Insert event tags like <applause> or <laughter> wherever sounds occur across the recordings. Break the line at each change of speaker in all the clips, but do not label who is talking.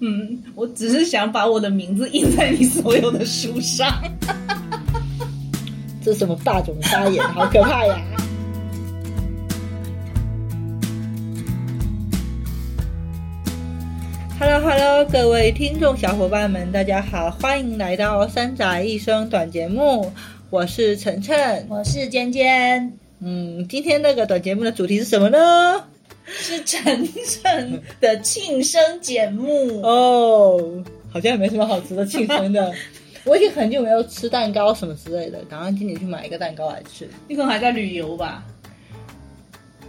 嗯，我只是想把我的名字印在你所有的书上。
这是什么霸总发言，好可怕呀！Hello Hello，各位听众小伙伴们，大家好，欢迎来到《三宅一生》短节目，我是晨晨。
我是尖尖，
嗯，今天那个短节目的主题是什么呢？
是晨晨的庆生节目。
哦，好像也没什么好值得庆
<laughs>
生的。我已经很久没有吃蛋糕什么之类的，打算今年去买一个蛋糕来吃，
你可能还在旅游吧？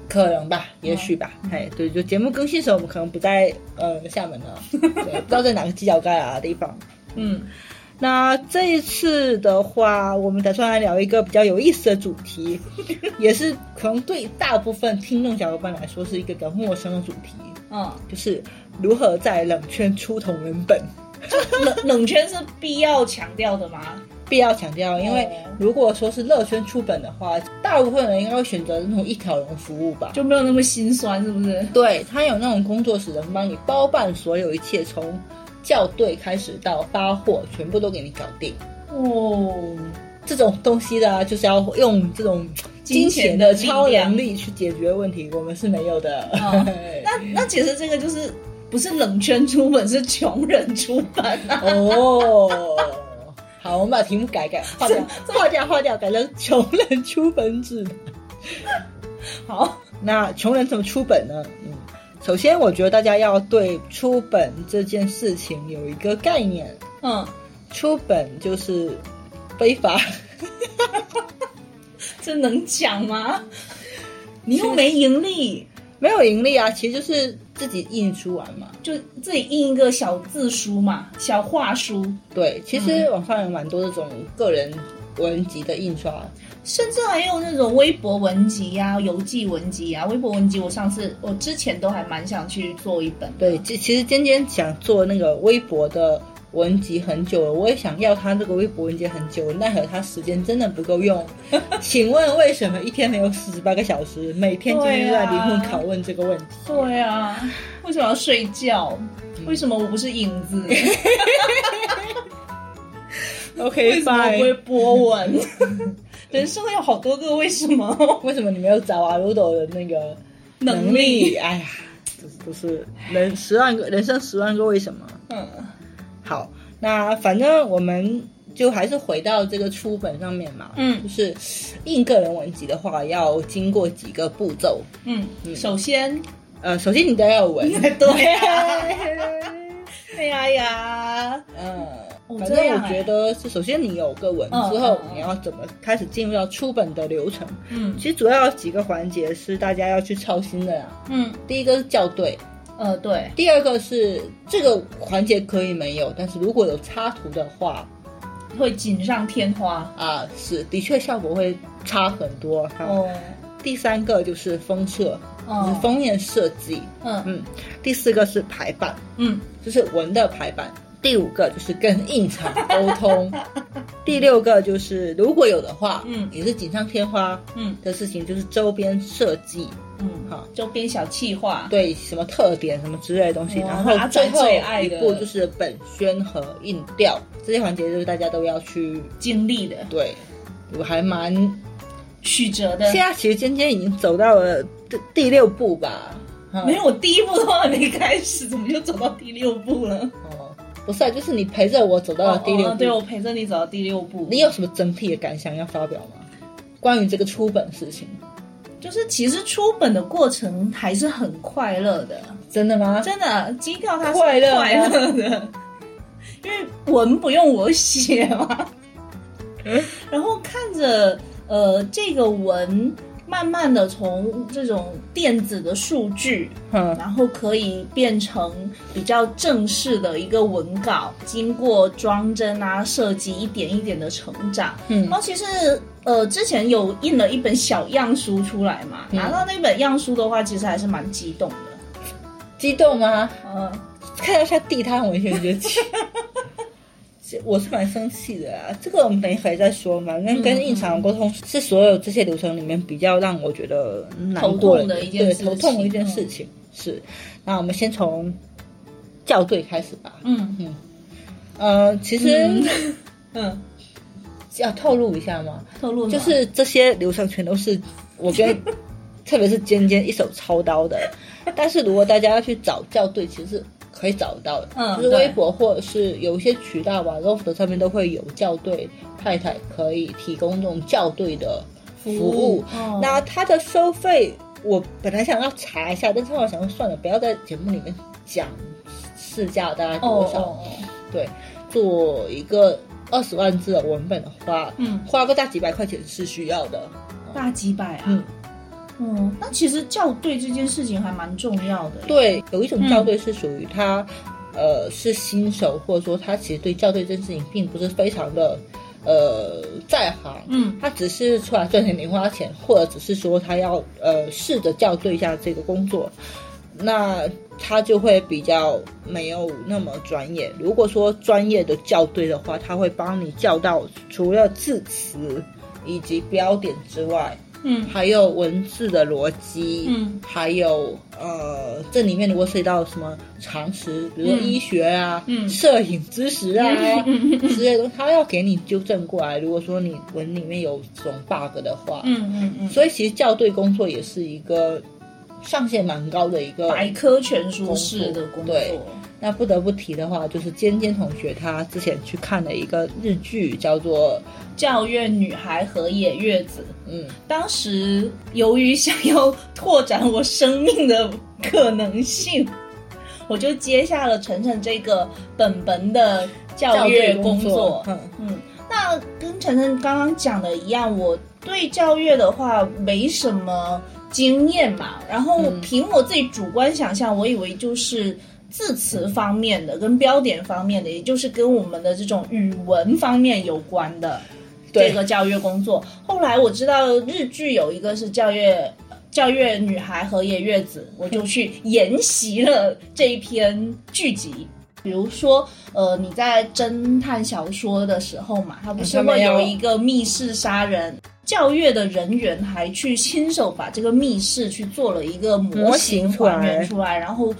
可能吧，也许吧。哎、对，就节目更新的时候，我们可能不在呃厦门了，对不知道在哪个犄角旮旯的地方。
嗯，
那这一次的话，我们打算来聊一个比较有意思的主题，也是可能对大部分听众小伙伴来说是一个比较陌生的主题，
嗯，
就是如何在冷圈出同人本。
冷冷圈是必要强调的吗？
必要强调，因为
哦
如果说是乐圈出本的话，大部分人应该会选择那种一条龙服务吧。
就没有那么心酸，是不是？
对他有那种工作室能帮你包办所有一切，从校对开始到发货，全部都给你搞定。
哦，
这种东西呢，就是要用这种
金
金
钱
钱
的
的
力
超
量
能力去解决问题，我们是没有的。
哦那那其实这个就是不是冷圈出本，是穷人出本啊。
哦，好，我们把题目改改，划掉，划掉，划掉，改成穷人出本指南。
好，
那穷人怎么出本呢？嗯，首先我觉得大家要对出本这件事情有一个概念，
嗯，
出本就是非法， <laughs>
这能讲吗？你又没盈利，
没有盈利啊，其实就是自己印出完嘛。
就自己印一个小字书嘛，小画书，
对，其实网上有蛮多这种个人文集的印刷，啊
甚至还有那种微博文集呀、邮寄文集呀、微博文集，我上次我之前都还蛮想去做一本的。
对，其其实尖尖想做那个微博的文集很久了，我也想要他这个微博文集很久，奈何他时间真的不够用。 <laughs> 请问为什么一天没有四十八个小时，每天就是
啊
在灵魂拷问这个问题？
对
<laughs>
啊，为什么要睡觉？为什么我不是影
<laughs>
子？为
OK，
什么我
哎拜
不。会波
<laughs>
纹？人生有好多个为什么？
为什么你没有找阿鲁斗的那个
能
<laughs> 能
力
力？哎呀，这不是人十万个人生十万个为什么？
嗯
好，那反正我们就还是回到这个出本上面嘛，
嗯
就是印个人文集的话，要经过几个步骤。
嗯，首
<laughs>
先，
呃，首先你都要有文， <laughs>
对
啊
<laughs> 呀、对哎呀、呀，
嗯，
哦
反
这
正
样
我
哎
觉得是，首先你有个文
嗯
之后
嗯，嗯
你要怎么开始进入到出本的流程？
嗯
其实主要有几个环节是大家要去操心的啦。
嗯
第一个是校对，
呃，对，
第二个是这个环节可以没有，但是如果有插图的话，
会锦上添花
啊，是的确效果会差很多。哈
哦，
第三个就是封测，就是
哦，
封面设计。
嗯
嗯，第四个是排版，
嗯
就是文的排版。第五个就是跟印厂沟
<laughs>
通。第六个就是如果有的话，
嗯
也是锦上添花
嗯
的事情，就是周边设计，
嗯，
好
周边小气话，
对什么特点什么之类的东西。
哇
然后
嗯他最
最后
最爱
一
的
步就是本宣和印调，这些环节就是大家都要去
经历的
对。我还蛮，
曲折的
现，在其实尖尖已经走到了第第六步吧，嗯
没有，我第一步都还没开始，怎么就走到第六步了？
哦，不是、啊，就是你陪着我走到了第六步。
哦对我陪着你走到第六步。
你有什么整体的感想要发表吗？关于这个出本事情，
就是其实出本的过程还是很快乐的，
真的吗？
真的，基调它是
快乐吗
快乐 <laughs> 的，因为文不用我写嘛，然后看着呃这个文。慢慢的从这种电子的数据，
嗯，
然后可以变成比较正式的一个文稿，经过装帧啊设计，一点一点的成长。
嗯
然后其实呃之前有印了一本小样书出来嘛，拿到那本样书的话，其实还是蛮激动的。
激动吗？
嗯、
看到他地摊文学觉得气，是 <laughs> 我是蛮生气的啊。这个我们等一会再说嘛。那跟
嗯
印厂沟通是所有这些流程里面比较让我觉得难过
头痛的一件
对
事情嗯
头痛的一件事情。是，那我们先从。校队开始吧。
嗯
呃，其实、
<laughs> 嗯，
要透露一下嘛，
透露
就
吗
是这些流程全都是我跟，
<laughs>
特别是尖尖一手操刀的。但是如果大家要去找校对，其实可以找到的，
嗯
就是
对
微博或者是有一些渠道吧 r o f t 上面都会有校对太太可以提供这种校对的服务。
哦
那它的收费，我本来想要查一下，但是我想说算了，不要在节目里面讲市价大概多
哦
少。
哦哦，
对，做一个二十万字的文本的话，
嗯，
花个大几百块钱是需要的。
大几百啊，
嗯
嗯那其实校对这件事情还蛮重要的，，
对，有一种校对是属于他，呃，是新手，或者说他其实对校对这件事情并不是非常的，呃，在行。
嗯
他只是出来赚点零花钱，或者只是说他要呃试着校对一下这个工作，那他就会比较没有那么专业。如果说专业的校对的话，他会帮你校到除了字词以及标点之外，
嗯
还有文字的逻辑，
嗯
还有呃这里面如果涉及到什么常识，比如说
嗯
医学啊、
嗯
摄影知识啊。
嗯
之类的，他要给你纠正过来。如果说你文里面有这种 bug 的话，
嗯嗯，
所以其实校对工作也是一个上限蛮高的一个。
百科全书式的工作，
对那不得不提的话，就是尖尖同学他之前去看了一个日剧，叫做
教院女孩河野月子。
嗯，
当时由于想要拓展我生命的可能性， <laughs> 我就接下了晨晨这个本本的教育
对
工
作
作。。
嗯，
嗯，那跟晨晨刚刚讲的一样，我对教育的话没什么经验嘛，然后
嗯
凭我自己主观想象，我以为就是。字词方面的跟标点方面的，也就是跟我们的这种语文方面有关的
对
这个教育工作。后来我知道日剧有一个是教育教育女孩河野月子，我就去研习了这一篇剧集。比如说，呃，你在侦探小说的时候嘛，它不是
嗯他们
会
要
有一个密室杀人，教育的人员还去亲手把这个密室去做了一个模型
模型出来
还原出来，然后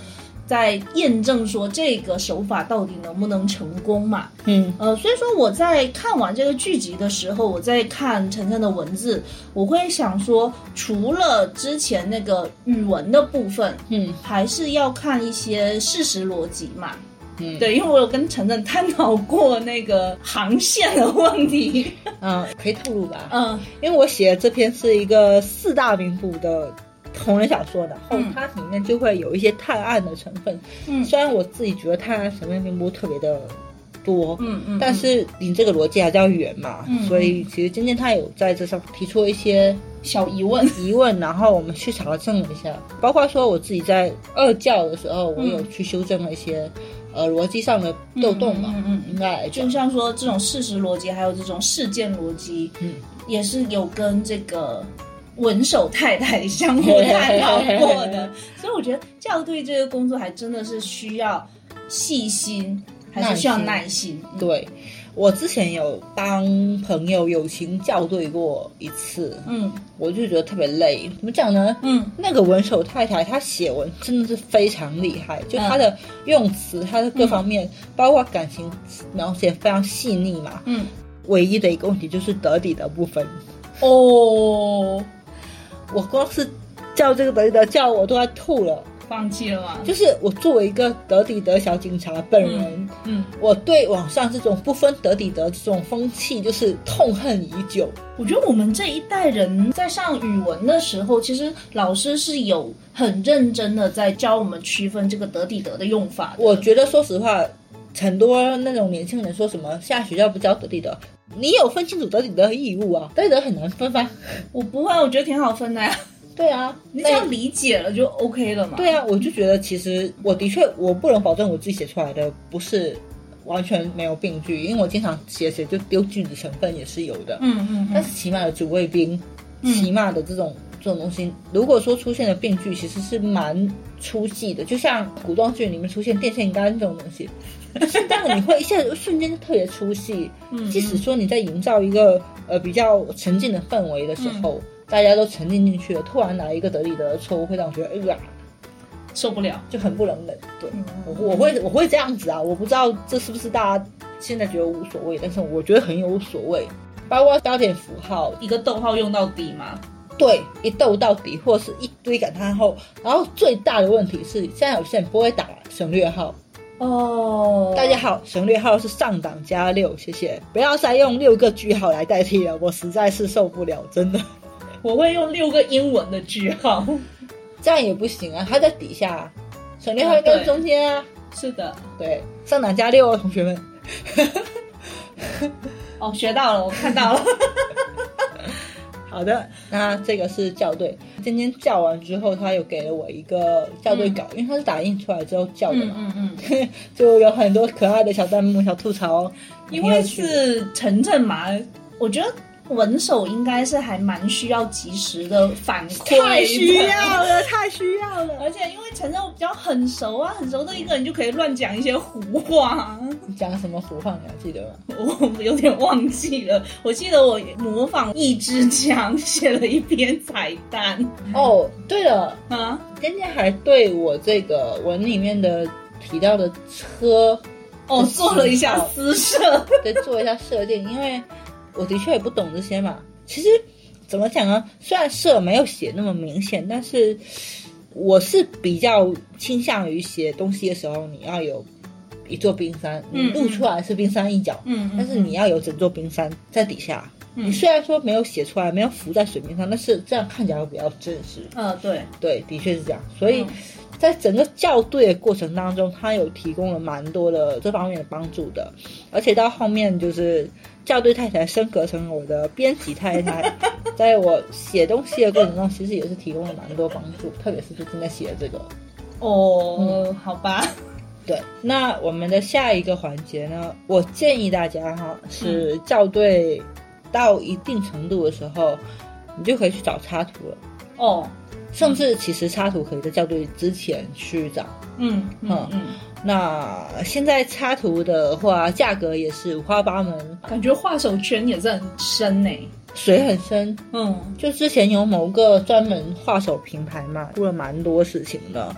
再验证说这个手法到底能不能成功嘛。
嗯，
呃，所以说我在看完这个剧集的时候，我在看晨晨的文字，我会想说，除了之前那个语文的部分，
嗯，
还是要看一些事实逻辑嘛。
嗯
对，因为我有跟晨晨探讨过那个 <laughs> 航线的问题。
嗯，可以透露吧？
嗯
因为我写的这篇是一个四大名捕的同人小说，然后
嗯
它里面就会有一些探案的成分。
嗯
虽然我自己觉得探案成分并不特别的多，
嗯嗯，
但是你这个逻辑还是要圆嘛，
嗯
所以其实今天他有在这上提出一些
小疑问。
疑问，然后我们去查证了一下，包括说我自己在二教的时候，我有去修正了一些、呃逻辑上的漏洞嘛，
嗯嗯嗯嗯
应该来
就
讲，
像说这种事实逻辑，还有这种事件逻辑，
嗯，
也是有跟这个文手太太相互探讨过的。所以我觉得校对这个工作还真的是需要细心，还是需要耐心。嗯，
对。我之前有帮朋友友情校对过一次，
嗯
我就觉得特别累。怎么讲呢？
嗯
那个文手太太，她写文真的是非常厉害，就她的用词，她的各方面，包括感情描写非常细腻嘛。
嗯，
唯一的一个问题就是得底的部分，
哦，
我光是叫这个得底的叫我都要吐了。
放弃了吗？
就是我作为一个得底的小警察本人，
嗯，
我对网上这种不分得底的这种风气就是痛恨已久。
我觉得我们这一代人在上语文的时候，其实老师是有很认真的在教我们区分这个得体得的用法的。
我觉得说实话，很多那种年轻人说什么现在学校不教得体的，你有分清楚得体的义务啊，得体的很难分吧？
我不会，我觉得挺好分的呀。
对啊，
你
那
只要理解了就 OK 了嘛。
对啊，我就觉得其实我的确我不能保证我自己写出来的不是完全没有病句，因为我经常写写就丢句子成分也是有的，
嗯，嗯
但
嗯
是起码的主谓宾，起码的这种。这种东西，如果说出现的病句，其实是蛮出戏的，就像古装剧里面出现电线杆这种东西，就是当你会一下子瞬间就特别出戏。
<laughs> 嗯
即使说你在营造一个呃比较沉浸的氛
嗯
围的时候，大家都沉浸进去了，突然来一个得理得的错误，会让我觉得哎呀，
受不了。
就很不容忍。对，
嗯
我我会我会这样子啊，我不知道这是不是大家现在觉得无所谓，但是我觉得很有所谓。包括标点符号，
一个逗号用到底嘛，
对，一逗到底，或者是一堆感叹号。然后最大的问题是，现在有些人不会打省略号。
哦，
大家好，省略号是上档加六，谢谢。不要再用六个句号来代替了，我实在是受不了，真的。
我会用六个英文的句号。 <laughs>
这样也不行啊，它在底下、啊，省略号应该是中间啊。
是的，
对，上档加六哦，同学们。
哦，学到了，我看
<laughs>
到了。
好的，那这个是校对。今天校完之后，他又给了我一个校对稿，因为他是打印出来之后校的嘛，
嗯嗯，
就有很多可爱的小弹幕、小吐槽。哦
因
很
为
有趣
是晨晨嘛，我觉得文手应该是还蛮需要及时的反馈，
太需要。了，太需要了。
<laughs> 而且因为晨晨我比较很熟啊，很熟的一个人就可以乱讲一些胡话，
你讲什么胡话你还记得吗？
<laughs> 我有点忘记了。我记得我模仿一只强写了一篇彩蛋
哦，对了，
啊，
今天还对我这个文里面的提到的车
哦，做了一下私设，
得做一下设定，因为我的确也不懂这些嘛。其实怎么讲呢？虽然设没有写那么明显，但是我是比较倾向于写东西的时候，你要有一座冰山，你
嗯
露出来是冰山一角，
嗯，嗯
但是你要有整座冰山在底下。
嗯
你虽然说没有写出来，没有浮在水面上，但是这样看起来会比较真实。
呃对，
对，的确是这样。所以
嗯
在整个校对的过程当中，他有提供了蛮多的这方面的帮助的，而且到后面就是校对太太升格成我的编辑太
<laughs>
太，在我写东西的过程中，其实也是提供了蛮多帮助，特别是最近在写这个。嗯
哦，好吧，
对，那我们的下一个环节呢，我建议大家哈
嗯
是校对到一定程度的时候，你就可以去找插图了。
哦，
甚至其实插图可以在校对之前去找，
嗯嗯
嗯
嗯，
那现在插图的话，价格也是五花八门，
感觉画手圈也是很深呢、
水很深。
嗯
就之前有某个专门画手平台嘛，出了蛮多事情的。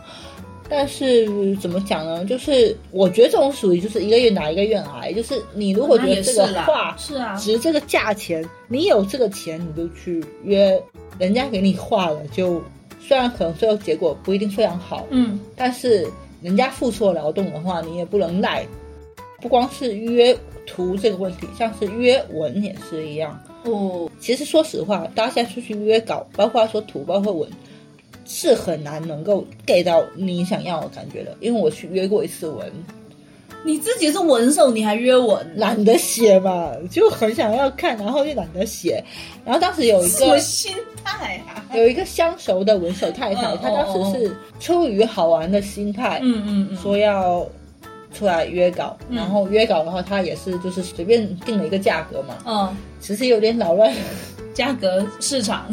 但是怎么讲呢？就是我觉得这种属于就是一个愿打一个愿挨，就是你如果觉得这
那
个
也是啦
画
是啊，
值这个价钱，你有这个钱你就去约人家给你画了，就虽然可能最后结果不一定非常好，
嗯
但是人家付出了劳动的话，你也不能赖。不光是约图这个问题，像是约文也是一样。
哦，
其实说实话，大家现在出去约稿，包括说图，包括文，是很难能够 get 到你想要的感觉的。因为我去约过一次文，
你自己是文手，你还约文，
懒得写嘛，就很想要看，然后又懒得写。然后当时有一
什么
个
心态啊？
有一个相熟的文手太太，
嗯
她当时是出于好玩的心态，
嗯嗯嗯，
说要出来约稿，
嗯
然后约稿的话，他也是就是随便定了一个价格嘛，
嗯，
其实有点扰乱。 <laughs>
价格市场，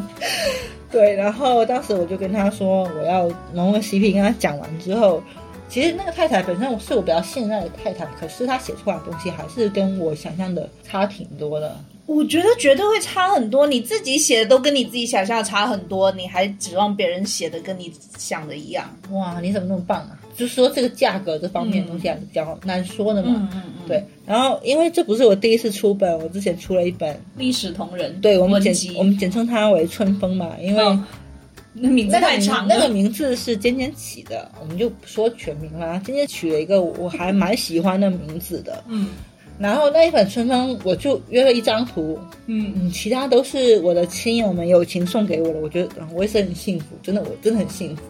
对，然后当时我就跟他说我要某个 CP，跟他讲完之后，其实那个太太本身我是我比较信赖的太太，可是她写出来的东西还是跟我想象的差挺多的。
我觉得绝对会差很多。你自己写的都跟你自己想象的差很多，你还指望别人写的跟你想的一样？
哇，你怎么那么棒啊？就是说这个价格这方面的东西还是比较难说的嘛。
嗯嗯嗯，
对，，然后因为这不是我第一次出本，我之前出了一本，
历史同人，
对我们
文
简
集，
我们简称它为春风嘛，因为、
嗯那名字
那个
太
名
长了，
那个名字是尖尖起的，我们就不说全名啦。尖尖取了一个我还蛮喜欢的名字的。
嗯
然后那一本春风，我就约了一张图，
嗯
嗯，其他都是我的亲友们友情送给我的，我觉得嗯我也是很幸福，真的，我真的很幸福。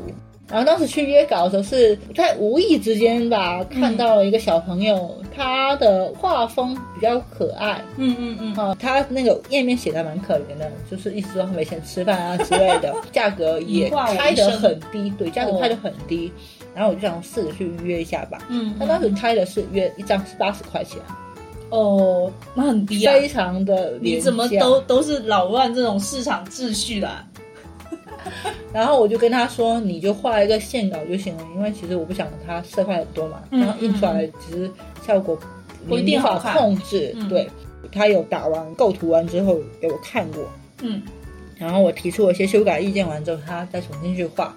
然后当时去约稿的时候，是在无意之间吧，看到了一个小朋友，他的画风比较可爱，
嗯嗯嗯，
哦，他那个页面写的蛮可怜的，就是一直都没钱吃饭啊之类
<laughs>
的，价格也开得很低，对，
嗯
价格开得很低。然后我就想试着去约一下吧。
嗯，
他当时开的是约一张是八十块钱，
哦，那很低啊。
非常的廉
你
价
怎么都都是扰乱这种市场秩序的啊、
然后我就跟他说，你就画一个线稿就行了，因为其实我不想它色块很多嘛，
嗯
然后印出来其实效果
不一定
无法
好看
控制。
嗯
对，他有打完构图完之后给我看过，
嗯
然后我提出了一些修改意见完之后，他再重新去画。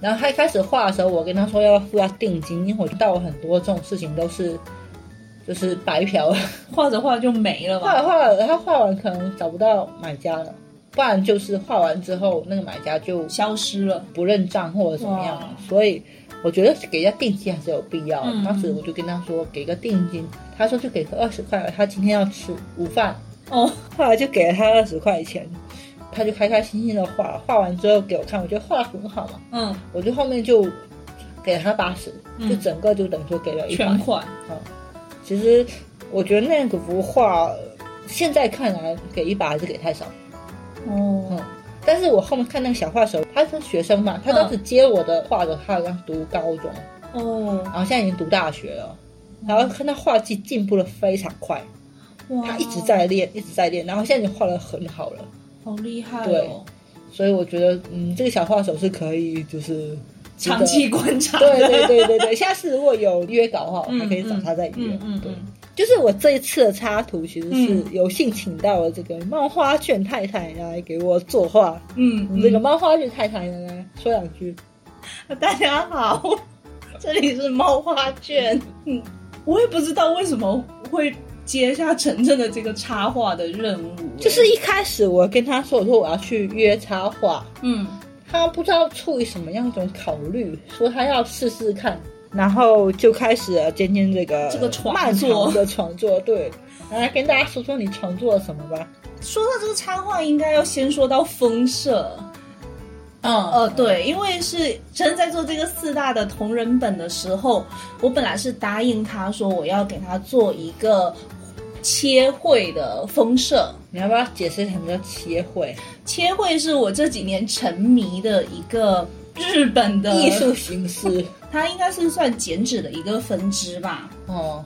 然后他一开始画的时候，我跟他说要付他定金，因为我遇到很多这种事情都是 <laughs> 就是白嫖了。
画着画着就没了吧？
画了画了，他画完可能找不到买家了，不然就是画完之后那个买家就
消失了。
不认账或者怎么样
哇，
所以我觉得给人家定金还是有必要的。
嗯
当时我就跟他说给个定金，他说就给个二十块，他今天要吃午饭，
哦，
后来就给了他二十块钱，他就开开心心的画了，画完之后给我看，我觉得画的很好嘛，
嗯，
我就后面就给了他八十、
嗯
就整个就等于说给了一百啊
全。款。
其实我觉得那个幅画现在看来给一百还是给太少。
哦
嗯，但是我后面看那个小画的时候，他是学
嗯
生嘛，他当时接我的画的时候，他好像读高中，
哦，
然后现在已经读大学了。然后看他画技进步的非常快，
哇，
他一直，在练，一直在练，然后现在已经画的很好了。
好厉害
对
哦！
所以我觉得，嗯，这个小画手是可以，
<laughs>
就是值得
长期观察的，
对对对对对，下次如果有约稿的
<laughs>
话，我
嗯，
们可以找他再约。
嗯嗯
对，
嗯，
就是我这一次的插图，其实是
嗯
有幸请到了这个漫画卷太太来给我作画。
嗯，
我们这个漫画卷太太呢，说两句。
嗯大家好， <laughs> 这里是猫花卷。嗯，我也不知道为什么会接下晨晨的这个插画的任务，
就是一开始我跟他说，我说我要去约插画，
嗯
他不知道出于什么样一种考虑，说他要试试看，然后就开始了今天这个
这个创作
漫长的创作。对，来跟大家说说你创作了什么吧。
说到这个插画，应该要先说到风社。
嗯
呃，，对，因为是真在做这个四大的同人本的时候，我本来是答应他说我要给他做一个切会的风社。
你要不要解释什么叫切会？
切会是我这几年沉迷的一个日本的
艺术，形式。
它应该是算剪纸的一个分支吧。
<laughs> 哦，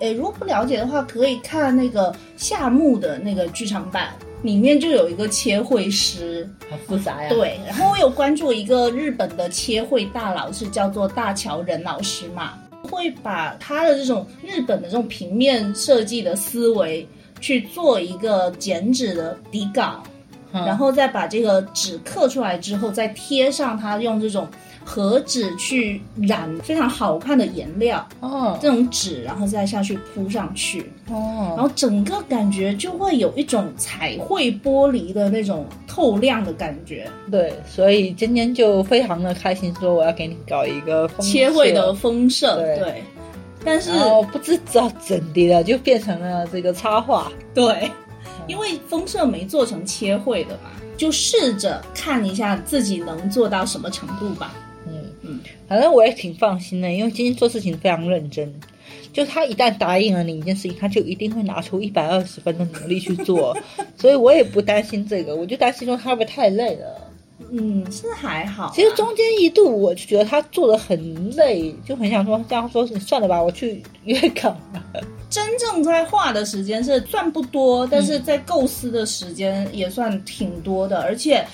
诶，如果不了解的话，可以看那个夏目的那个剧场版，里面就有一个切会师。
嗯好复杂呀。，
对，然后我有关注一个日本的切会大佬，是叫做大桥仁老师嘛，会把他的这种日本的这种平面设计的思维去做一个剪纸的底稿，然
然后
后再把这个纸刻出来之后，再贴上它用这种和纸去染非常好看的颜料，
哦
这种纸，然后再下去铺上去，然
哦，
后整个感觉就会有一种彩绘玻璃的那种透亮的感觉。
对，所以今天就非常的开心，说我要给你搞一个风
切会的丰盛，
对
对。但是
色，然后不知道怎的了，就变成了这个插画。嗯
对，因为丰盛没做成切会的嘛，就试着看一下自己能做到什么程度吧。
嗯
嗯，
反正我也挺放心的，因为今天做事情非常认真。就他一旦答应了你一件事情，他就一定会拿出一百二十分的努力去
<laughs>
做，所以我也不担心这个，我就担心说他会不会太累了。
嗯，是还好啊。
其实中间一度我就觉得他做的很累，就很想说这样说你算了吧，我去约稿吧。
真正在画的时间是算不多，但是在构思的时间也算挺多的，而且。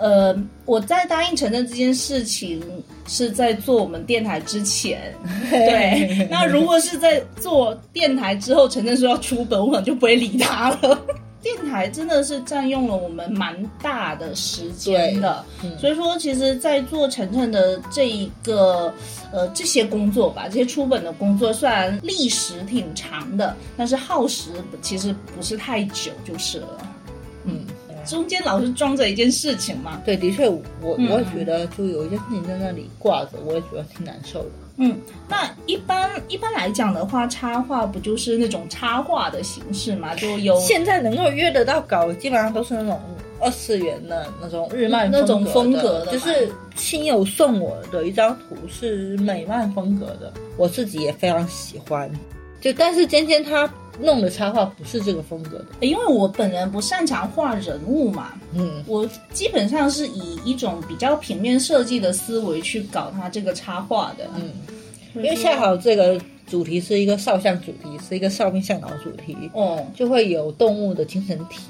呃，我在答应承认这件事情是在做我们电台之前，对。那如果是在做电台之后，承认说要出本，我可能就不会理他了。 <laughs> 电台真的是占用了我们蛮大的时间的，
<laughs> 对嗯
所以说其实，在做晨晨的这一个呃这些工作吧，这些出本的工作，虽然历时挺长的，但是耗时其实不是太久就是了。
嗯，
中间老是装着一件事情嘛，
对，的确，我我
嗯
也觉得就有一件事情在那里挂着，我也觉得挺难受的。
嗯，那一般一般来讲的话，插画不就是那种插画的形式嘛，就有
现在能够约得到稿，基本上都是那种二次元的那种日漫
那种风
风
格的
就
嘛
是亲友送我的一张图是美漫风格的，我自己也非常喜欢。就但是尖尖他弄的插画不是这个风格的，
因为我本人不擅长画人物嘛，
嗯，
我基本上是以一种比较平面设计的思维去搞它这个插画的。
嗯，
因
因为恰好这个主题是一个少像主题，是一个少兵向导主题，
哦，
就会有动物的精神体，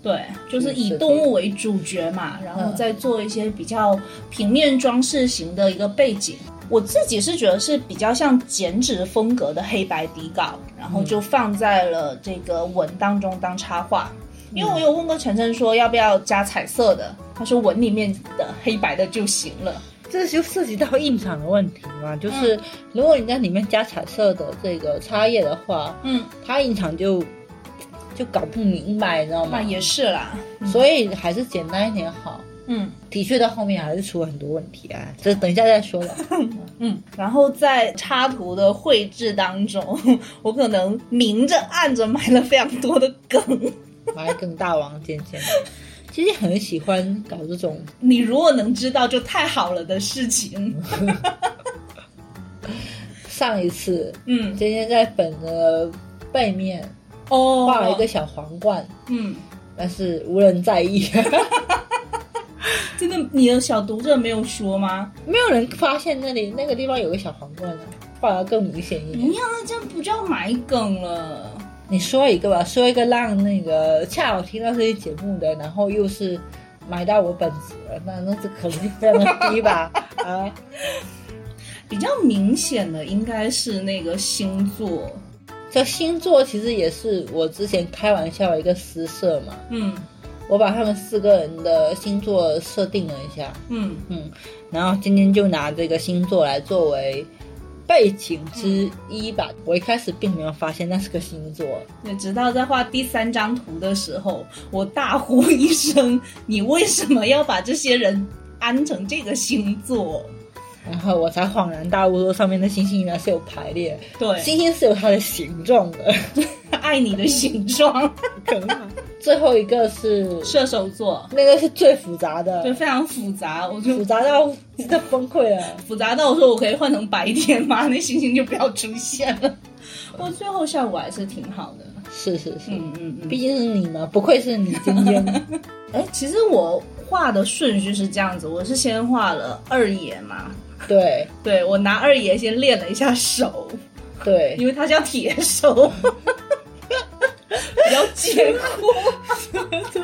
对，就是以动物为主角嘛，然后再做一些比较平面装饰型的一个背景。我自己是觉得是比较像剪纸风格的黑白底稿，然后就放在了这个文当中当插画。因为我有问过晨晨说要不要加彩色的，他说文里面的黑白的就行了。
这就涉及到印厂的问题嘛，
嗯
就是如果你在里面加彩色的这个插页的话，
嗯，
它印厂就就搞不明白，你知道吗
那？也嗯是啦，
所以还是简单一点好。
嗯
的确，到后面还是出了很多问题啊，这等一下再说吧。 <laughs>
嗯。然后在插图的绘制当中， <laughs> 我可能明着暗着埋了非常多的梗。
买更大王尖尖，其实很喜欢搞这种
你如果能知道，就太好了的事情。
上一次
嗯，
今天在本的背面
哦，
画了一个，小皇冠，
嗯，
但是无人在意， <laughs>
真的，你的小读者没有说吗？
没有人发现那里那个地方有个小皇冠啊，画的更明显一
不
点。
要，这样不叫埋梗了。
你说一个吧，说一个让那个恰好听到这期节目的，然后又是买到我本子了，那那这可能性非常的低吧？啊，
比较明显的应该是那个星座，
这星座其实也是我之前开玩笑的一个私设嘛，
嗯
我把他们四个人的星座设定了一下，
嗯
嗯，然后今天就拿这个星座来作为背景之一吧。我一开始并没有发现那是个星座，
对，直到在画第三张图的时候，我大呼一声：“你为什么要把这些人安成这个星座
然后我才恍然大悟，说上面的星星原来是有排列，？”
对，
星星是有它的形状的，
爱你的形状，
可能。啊最后一个是
射手座，
<laughs> 那个是最复杂
对，
的，
非常复杂，我就
复杂到真的崩溃了。
复杂到我说我可以换成白天吗？那星星就不要出现 <laughs> 了。我最后效果还是挺好的，
是是是，
嗯嗯嗯
毕。竟是你嘛，不愧是你今 <laughs> 天。
哎，其实我画的顺序是这样子，我是先画了二爷嘛，
对
对我拿二爷先练了一下手，
对，
因为他叫铁手，比较坚固。 <laughs>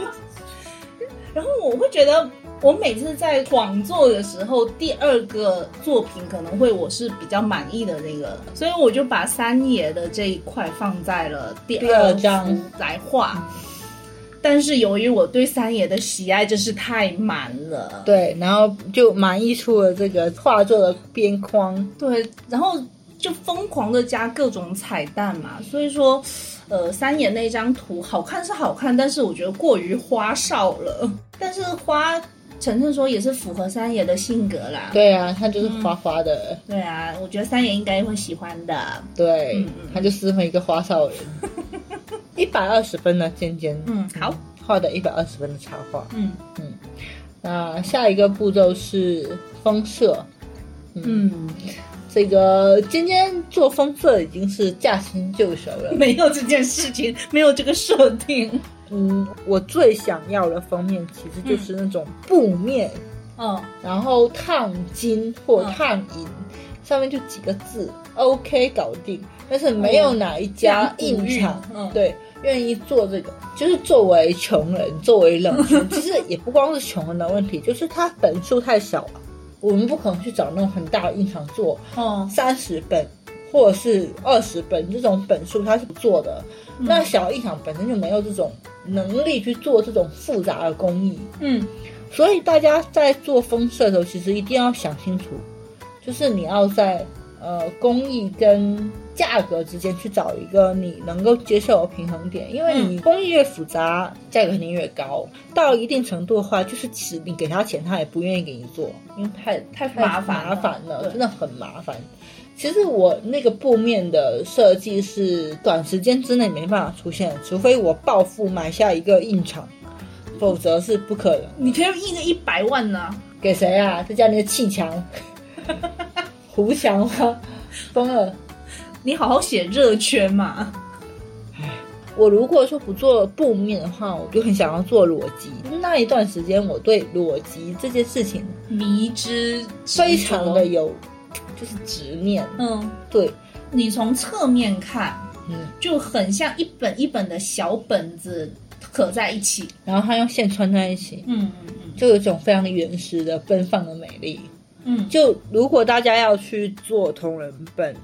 然后我会觉得，我每次在广做的时候，第二个作品可能会我是比较满意的那个，所以我就把三爷的这一块放在了第
第二
二
张
幅来画。但是由于我对三爷的喜爱真是太满了，
对，然后就满意出了这个画作的边框。
对，然后就疯狂的加各种彩蛋嘛，所以说，呃，三眼那张图好看是好看，但是我觉得过于花哨了。但是花，晨晨说也是符合三爷的性格啦。
对啊，它就是花花的，
对啊，我觉得三爷应该会喜欢的。
对
嗯嗯，
他就是这么一个花少 <laughs> 人。一百二十分的尖尖，
嗯好，
画的一百二十分的插画。
嗯
那下一个步骤是封色，
嗯，
这个尖尖做封色已经是驾轻就熟了。
嗯没有这件事情，没有这个设定。
嗯，我最想要的封面其实就是那种布面， <laughs>
嗯
然后烫金或
嗯
烫银，上面就几个字，OK 搞定。但是没有哪一家
哦这样
印厂、
古韵嗯
对愿意做这个，就是作为穷人，作为冷群，其实也不光是穷人的问题，就是它本数太少了，我们不可能去找那种很大的印厂做
哦，
三十本。或者是二十本这种本数，它是不做的。那小印厂本身就没有这种能力去做这种复杂的工艺，
嗯
所以大家在做封色的时候，其实一定要想清楚，就是你要在呃工艺跟价格之间去找一个你能够接受的平衡点，因为你工艺越复杂，价格肯定越高。到了一定程度的话，就是其实你给他钱，他也不愿意给你做，因为太太太
麻烦
麻
了
烦了，
对
真的很麻烦。其实我那个布面的设计是短时间之内没办法出现，除非我暴富买下一个印厂，
嗯
否则是不可能。
你可以印个一百万呢、
给谁啊？这叫你的砌墙， <laughs> 胡墙吗？疯了！
你好好写热圈嘛。
我如果说不做布面的话，我就很想要做裸辑。那一段时间，我对裸辑这件事情
迷之
非常的有，就是执念。
嗯。
对，
你从侧面看，
嗯，
就很像一本一本的小本子合在一起。
然后它用线穿在一起，
嗯嗯
就有一种非常原始的奔放的美丽。
嗯
就如果大家要去做同人本，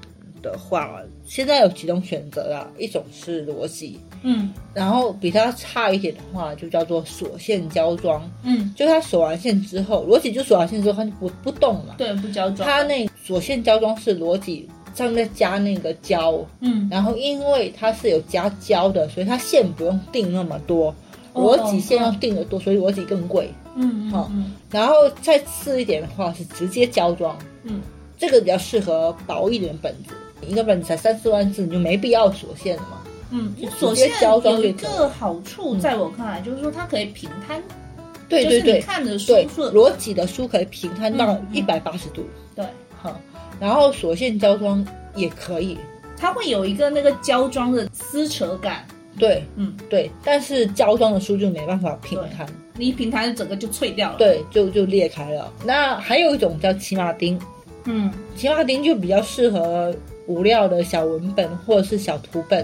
的话，现在有几种选择啊，一种是逻辑，
嗯
然后比它差一点的话，就叫做锁线胶装，
嗯，
就它锁完线之后，逻辑就锁完线之后，它就不不动嘛。
对，不胶装，
它那锁线胶装是逻辑上面再加那个胶，
嗯
然后因为它是有加胶的，所以它线不用定那么多，
哦
逻辑线要定得多，所以逻辑更贵。
嗯
好
嗯
然后再次一点的话是直接胶装，
嗯
这个比较适合薄一点的本子，一个本子才三四万字，你就没必要锁线了嘛。
嗯
因
嗯
为锁
直接
线
胶装
有一
就可以
个好处，
嗯
在我看来就是说它可以平摊，
对对
就是你
对
看着舒
对，
顺，
逻辑的书可以平摊到
嗯嗯
一百八十度，
对，
哈、然后锁线胶装也可以，
它会有一个那个胶装的撕扯感，
对
嗯
对，但是胶装的书就没办法平摊，
你一平摊整个就脆掉了。，
对，就就裂开了。那还有一种叫骑马钉，
嗯，
骑马钉就比较适合无料的小文本或者是小图本，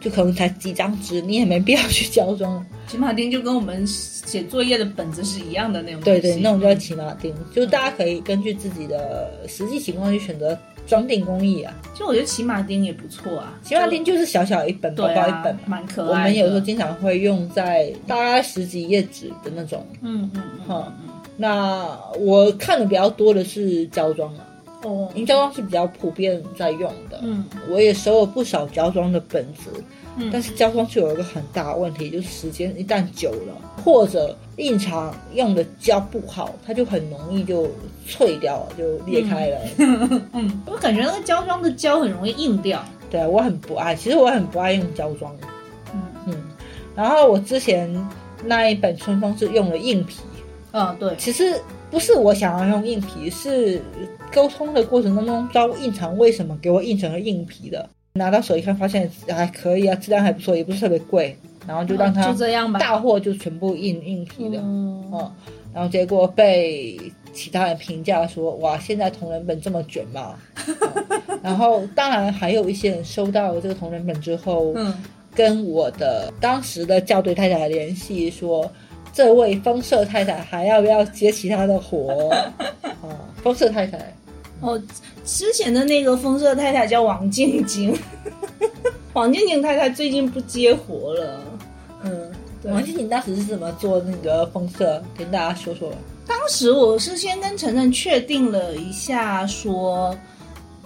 就可能才几张纸，你也没必要去
<laughs>
胶装。
骑马丁就跟我们写作业的本子是一样的那种东
对
西。嗯
对，那种叫骑马钉，就是大家可以根据自己的实际情况去选择装订工艺啊。
其实我觉得骑马丁也不错啊，
骑马钉就是小小一本，
就
薄
对
薄
啊，
一本嘛。
蛮可爱的。
我们有时候经常会用在大概十几页纸的那种。
嗯嗯嗯
哈那我看的比较多的是胶装啊，
哦
因为胶装是比较普遍在用的。
嗯
我也收了不少胶装的本子，
嗯
哦但是胶装就有一个很大的问题，就是时间一旦久了，或者印厂用的胶不好，它就很容易就脆掉了，就裂开了。
嗯
我感觉那个胶装的胶很容易硬掉。
对啊，我很不爱，其实我很不爱用胶装。
嗯
嗯，然后我之前那一本春风是用了硬皮，
嗯，对，
其实不是我想要用硬皮，是沟通的过程当中，不知道印厂为什么给我印成了硬皮的。拿到手一看，发现还可以啊，质量还不错，也不是特别贵，然后就让它
哦就这样吧。
大货就全部硬硬皮的，
嗯，
嗯，然后结果被其他人评价说，哇，现在同人本这么卷嘛、嗯然后当然还有一些人收到这个同人本之后，
嗯
跟我的当时的校对太太联系说，这位丰社太太还要不要接其他的活？啊，丰社太太，
哦，之前的那个风社太太叫王静静， <laughs> 王静静太太最近不接活了。
嗯，
对
王静，你当时是怎么做那个丰社？跟大家说说。
当时我是先跟晨晨确定了一下，说，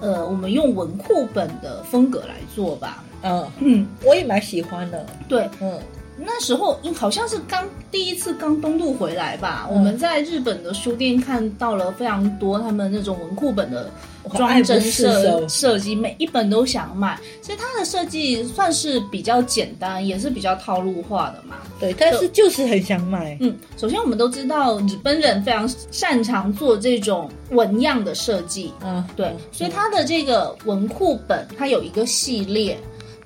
呃，我们用文库本的风格来做吧。
嗯，
嗯，
我也蛮喜欢的。
对，
嗯
那时候因好像是刚第一次刚东渡回来吧，
嗯
我们在日本的书店看到了非常多他们那种文库本的装帧
哦爱不
设
释手
设计，每一本都想买。其实它的设计算是比较简单，也是比较套路化的嘛。
对，但是就是很想买。
嗯，首先我们都知道日本人非常擅长做这种纹样的设计，
嗯，
对，所以它的这个文库本，它有一个系列，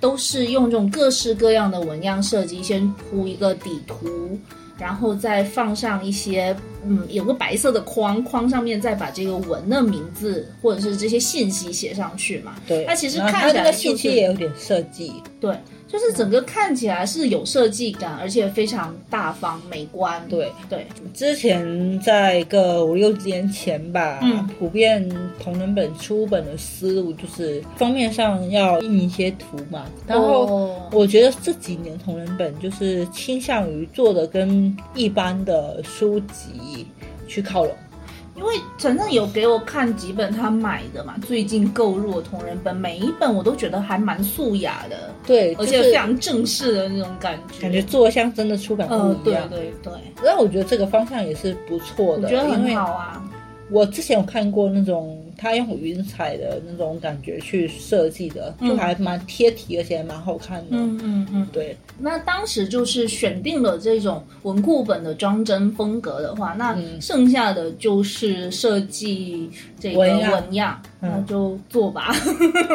都是用这种各式各样的纹样设计，先铺一个底图，然后再放上一些，嗯，有个白色的框，框上面再把这个文的名字或者是这些信息写上去嘛。
对，
它其实
然后
看起
它
来
那个
就
信息
是
也有点设计。
对，就是整个看起来是有设计感，而且非常大方美观。
对，
对，
之前在个五六年前吧，
嗯
普遍同人本出本的思路就是封面上要印一些图嘛，然后
哦
我觉得这几年同人本就是倾向于做的跟一般的书籍去靠拢。
因为晨晨有给我看几本他买的嘛，最近购入的同人本，每一本我都觉得还蛮素雅的，
对，
而
就
且非
是
常正式的那种感觉。
感觉做得像真的出版物
呃，
一
对
样。
对对，
那我觉得这个方向也是不错
我
的，
觉得
因
很
为
好啊。
我之前有看过那种他用云彩的那种感觉去设计的，
嗯
就还蛮贴题，而且还蛮好看的。
嗯嗯嗯。
对，
那当时就是选定了这种文库本的装帧风格的话，那
嗯
剩下的就是设计这个
纹样
纹样，
嗯
那就做吧。 <laughs>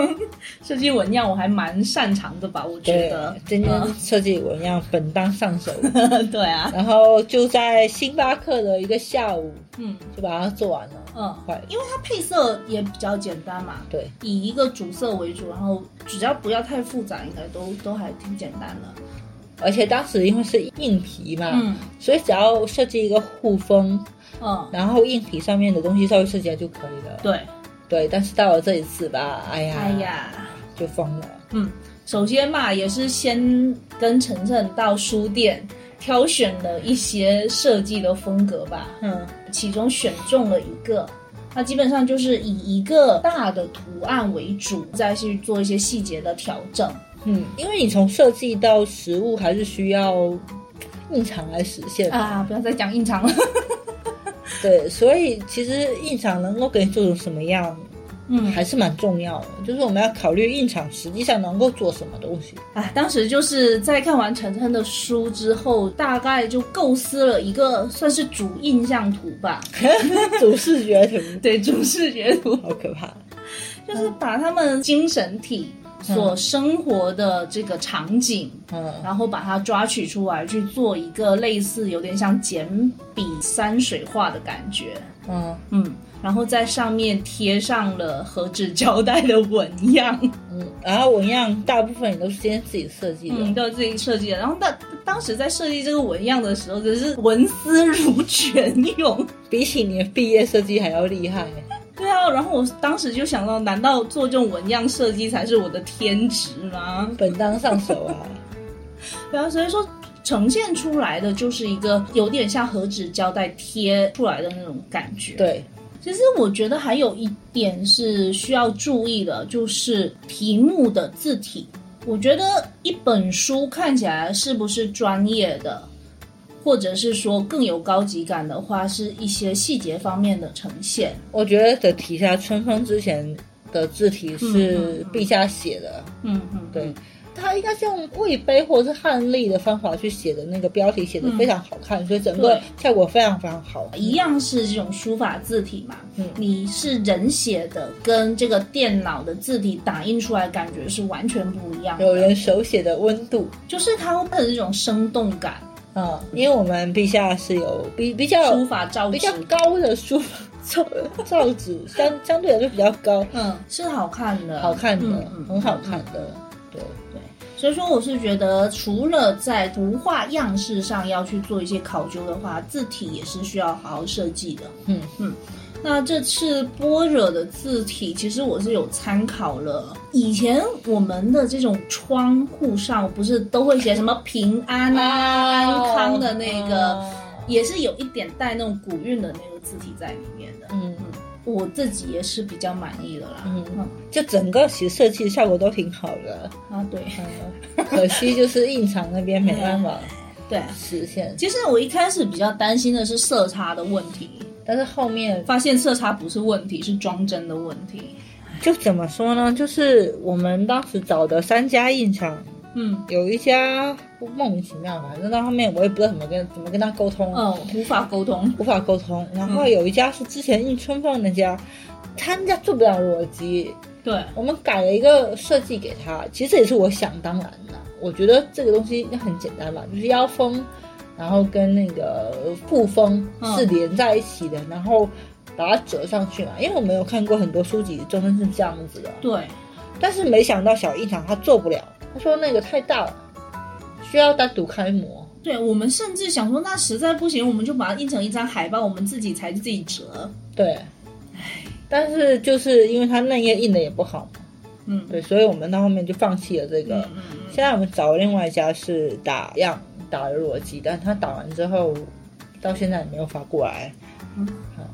设计纹样我还蛮擅长的嗯吧，我觉
对
得。，
今天设计纹样本当上手，
嗯 <laughs> 对啊，
<laughs> 然后就在星巴克的一个下午
嗯
就把它做完了，
嗯。
快。
因为它配色也比较简单嘛，
对，
以一个主色为主，然后只要不要太复杂，应该都都还挺简单的。
而且当时因为是硬皮嘛，
嗯
所以只要设计一个护封，
嗯，
然后硬皮上面的东西稍微设计一下就可以了。
对，
对，但是到了这一次吧，哎呀，
哎，呀，
就疯了。
嗯，首先嘛，也是先跟晨晨到书店挑选了一些设计的风格吧，
嗯
其中选中了一个。那基本上就是以一个大的图案为主，再去做一些细节的调整。
嗯，因为你从设计到实物还是需要印厂来实现的，
啊，不要再讲印堂了。
对，所以其实印厂能够给你做成什么样，
嗯，
还是蛮重要的。就是我们要考虑印厂实际上能够做什么东
<laughs>
西。
哎，当时就是在看完晨晨的书之后，大概就构思了一个算是主印象图吧，
主视觉图，
对，主视觉图，
好可怕。
<laughs> 就是把他们精神体所生活的这个场景，
嗯，
然后把它抓取出来去做一个类似有点像简笔山水画的感觉，
嗯
嗯，然后在上面贴上了和纸胶带的纹样。
嗯，然后纹样大部分也都是先自己设计的，
嗯，都是自己设计的。然后当当时在设计这个纹样的时候，真是文思如泉涌。
比起你的毕业设计还要厉害。
对啊，然后我当时就想到，难道做这种纹样设计才是我的天职吗？
本当上手
<laughs>
啊，
对啊，所以说呈现出来的就是一个有点像和纸胶带贴出来的那种感觉。，
对，
其实我觉得还有一点是需要注意的，就是题目的字体。我觉得一本书看起来是不是专业的，或者是说更有高级感的话，是一些细节方面的呈现。
我觉得得提一下春风之前的字体
嗯嗯
是
嗯
陛下写的，
嗯嗯，
对，他应该是用魏碑或者是汉隶的方法去写的那个标题，写的非常好看，所以整个
嗯对
效果非常非常好。
一样是这种书法字体嘛，
嗯
你是人写的，跟这个电脑的字体打印出来感觉是完全不一样的，
有人手写的温度，
就是它会有一种生动感，
嗯，因为我们陛下是有比比较
书法造
比
纸
较高的书法造造纸，
<laughs>
相相对来说比较高，
嗯，是好看的，
好看的，
嗯嗯
很好看的，对，
所以说，我是觉得除了在图画样式上要去做一些考究的话，字体也是需要好好设计的。
嗯
那这次般若的字体，其实我是有参考了以前我们的这种窗户上，不是都会写什么平安
哦
啊、安康的那个，也是有一点带那种古韵的那个字体在里面的。
嗯。
我自己也是比较满意的啦。
嗯
嗯
就整个其实设计效果都挺好的，
啊，对
嗯，可惜就是印厂那边没办法
对。
实现，
其实我一开始比较担心的是色差的问题，
但是后面
发现色差不是问题，是装帧的问题。
就怎么说呢？就是我们当时找的三家印厂，
嗯，
有一家莫名其妙，反正到后面我也不知道怎么跟怎么跟他沟通，
哦，无法沟通。
无法沟通。然后有一家是之前印春凤那家，他那家做不了逻辑，
对，
我们改了一个设计给他，其实这也是我想当然的。我觉得这个东西很简单吧，就是腰封，然后跟那个布封
嗯
是连在一起的，然后把它折上去嘛。因为我们有看过很多书籍，中间是这样子的。
对，
但是没想到小印厂他做不了，他说那个太大了，需要单独开模。
对，我们甚至想说，那实在不行，我们就把它印成一张海报，我们自己裁自己折。
对，但是就是因为他那页印的也不好嘛，
嗯，
对，所以我们到后面就放弃了这个。
嗯嗯
现在我们找另外一家是打样打了逻辑，但他打完之后到现在也没有发过来。
嗯。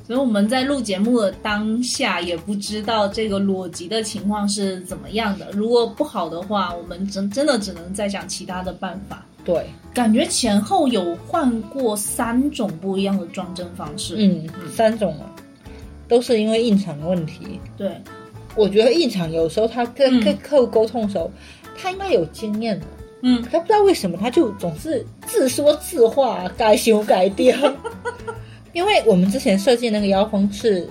所以我们在录节目的当下，也不知道这个裸辑的情况是怎么样的。如果不好的话，我们真真的只能再想其他的办法。
对，
感觉前后有换过三种不一样的装帧方式。，
嗯，三种啊，都是因为印厂问题。
对，
我觉得印厂有时候他跟
嗯
跟客户沟通的时候，他应该有经验的。
嗯，
他不知道为什么，他就总是自说自话，改修改掉。因为我们之前设计那个腰封是，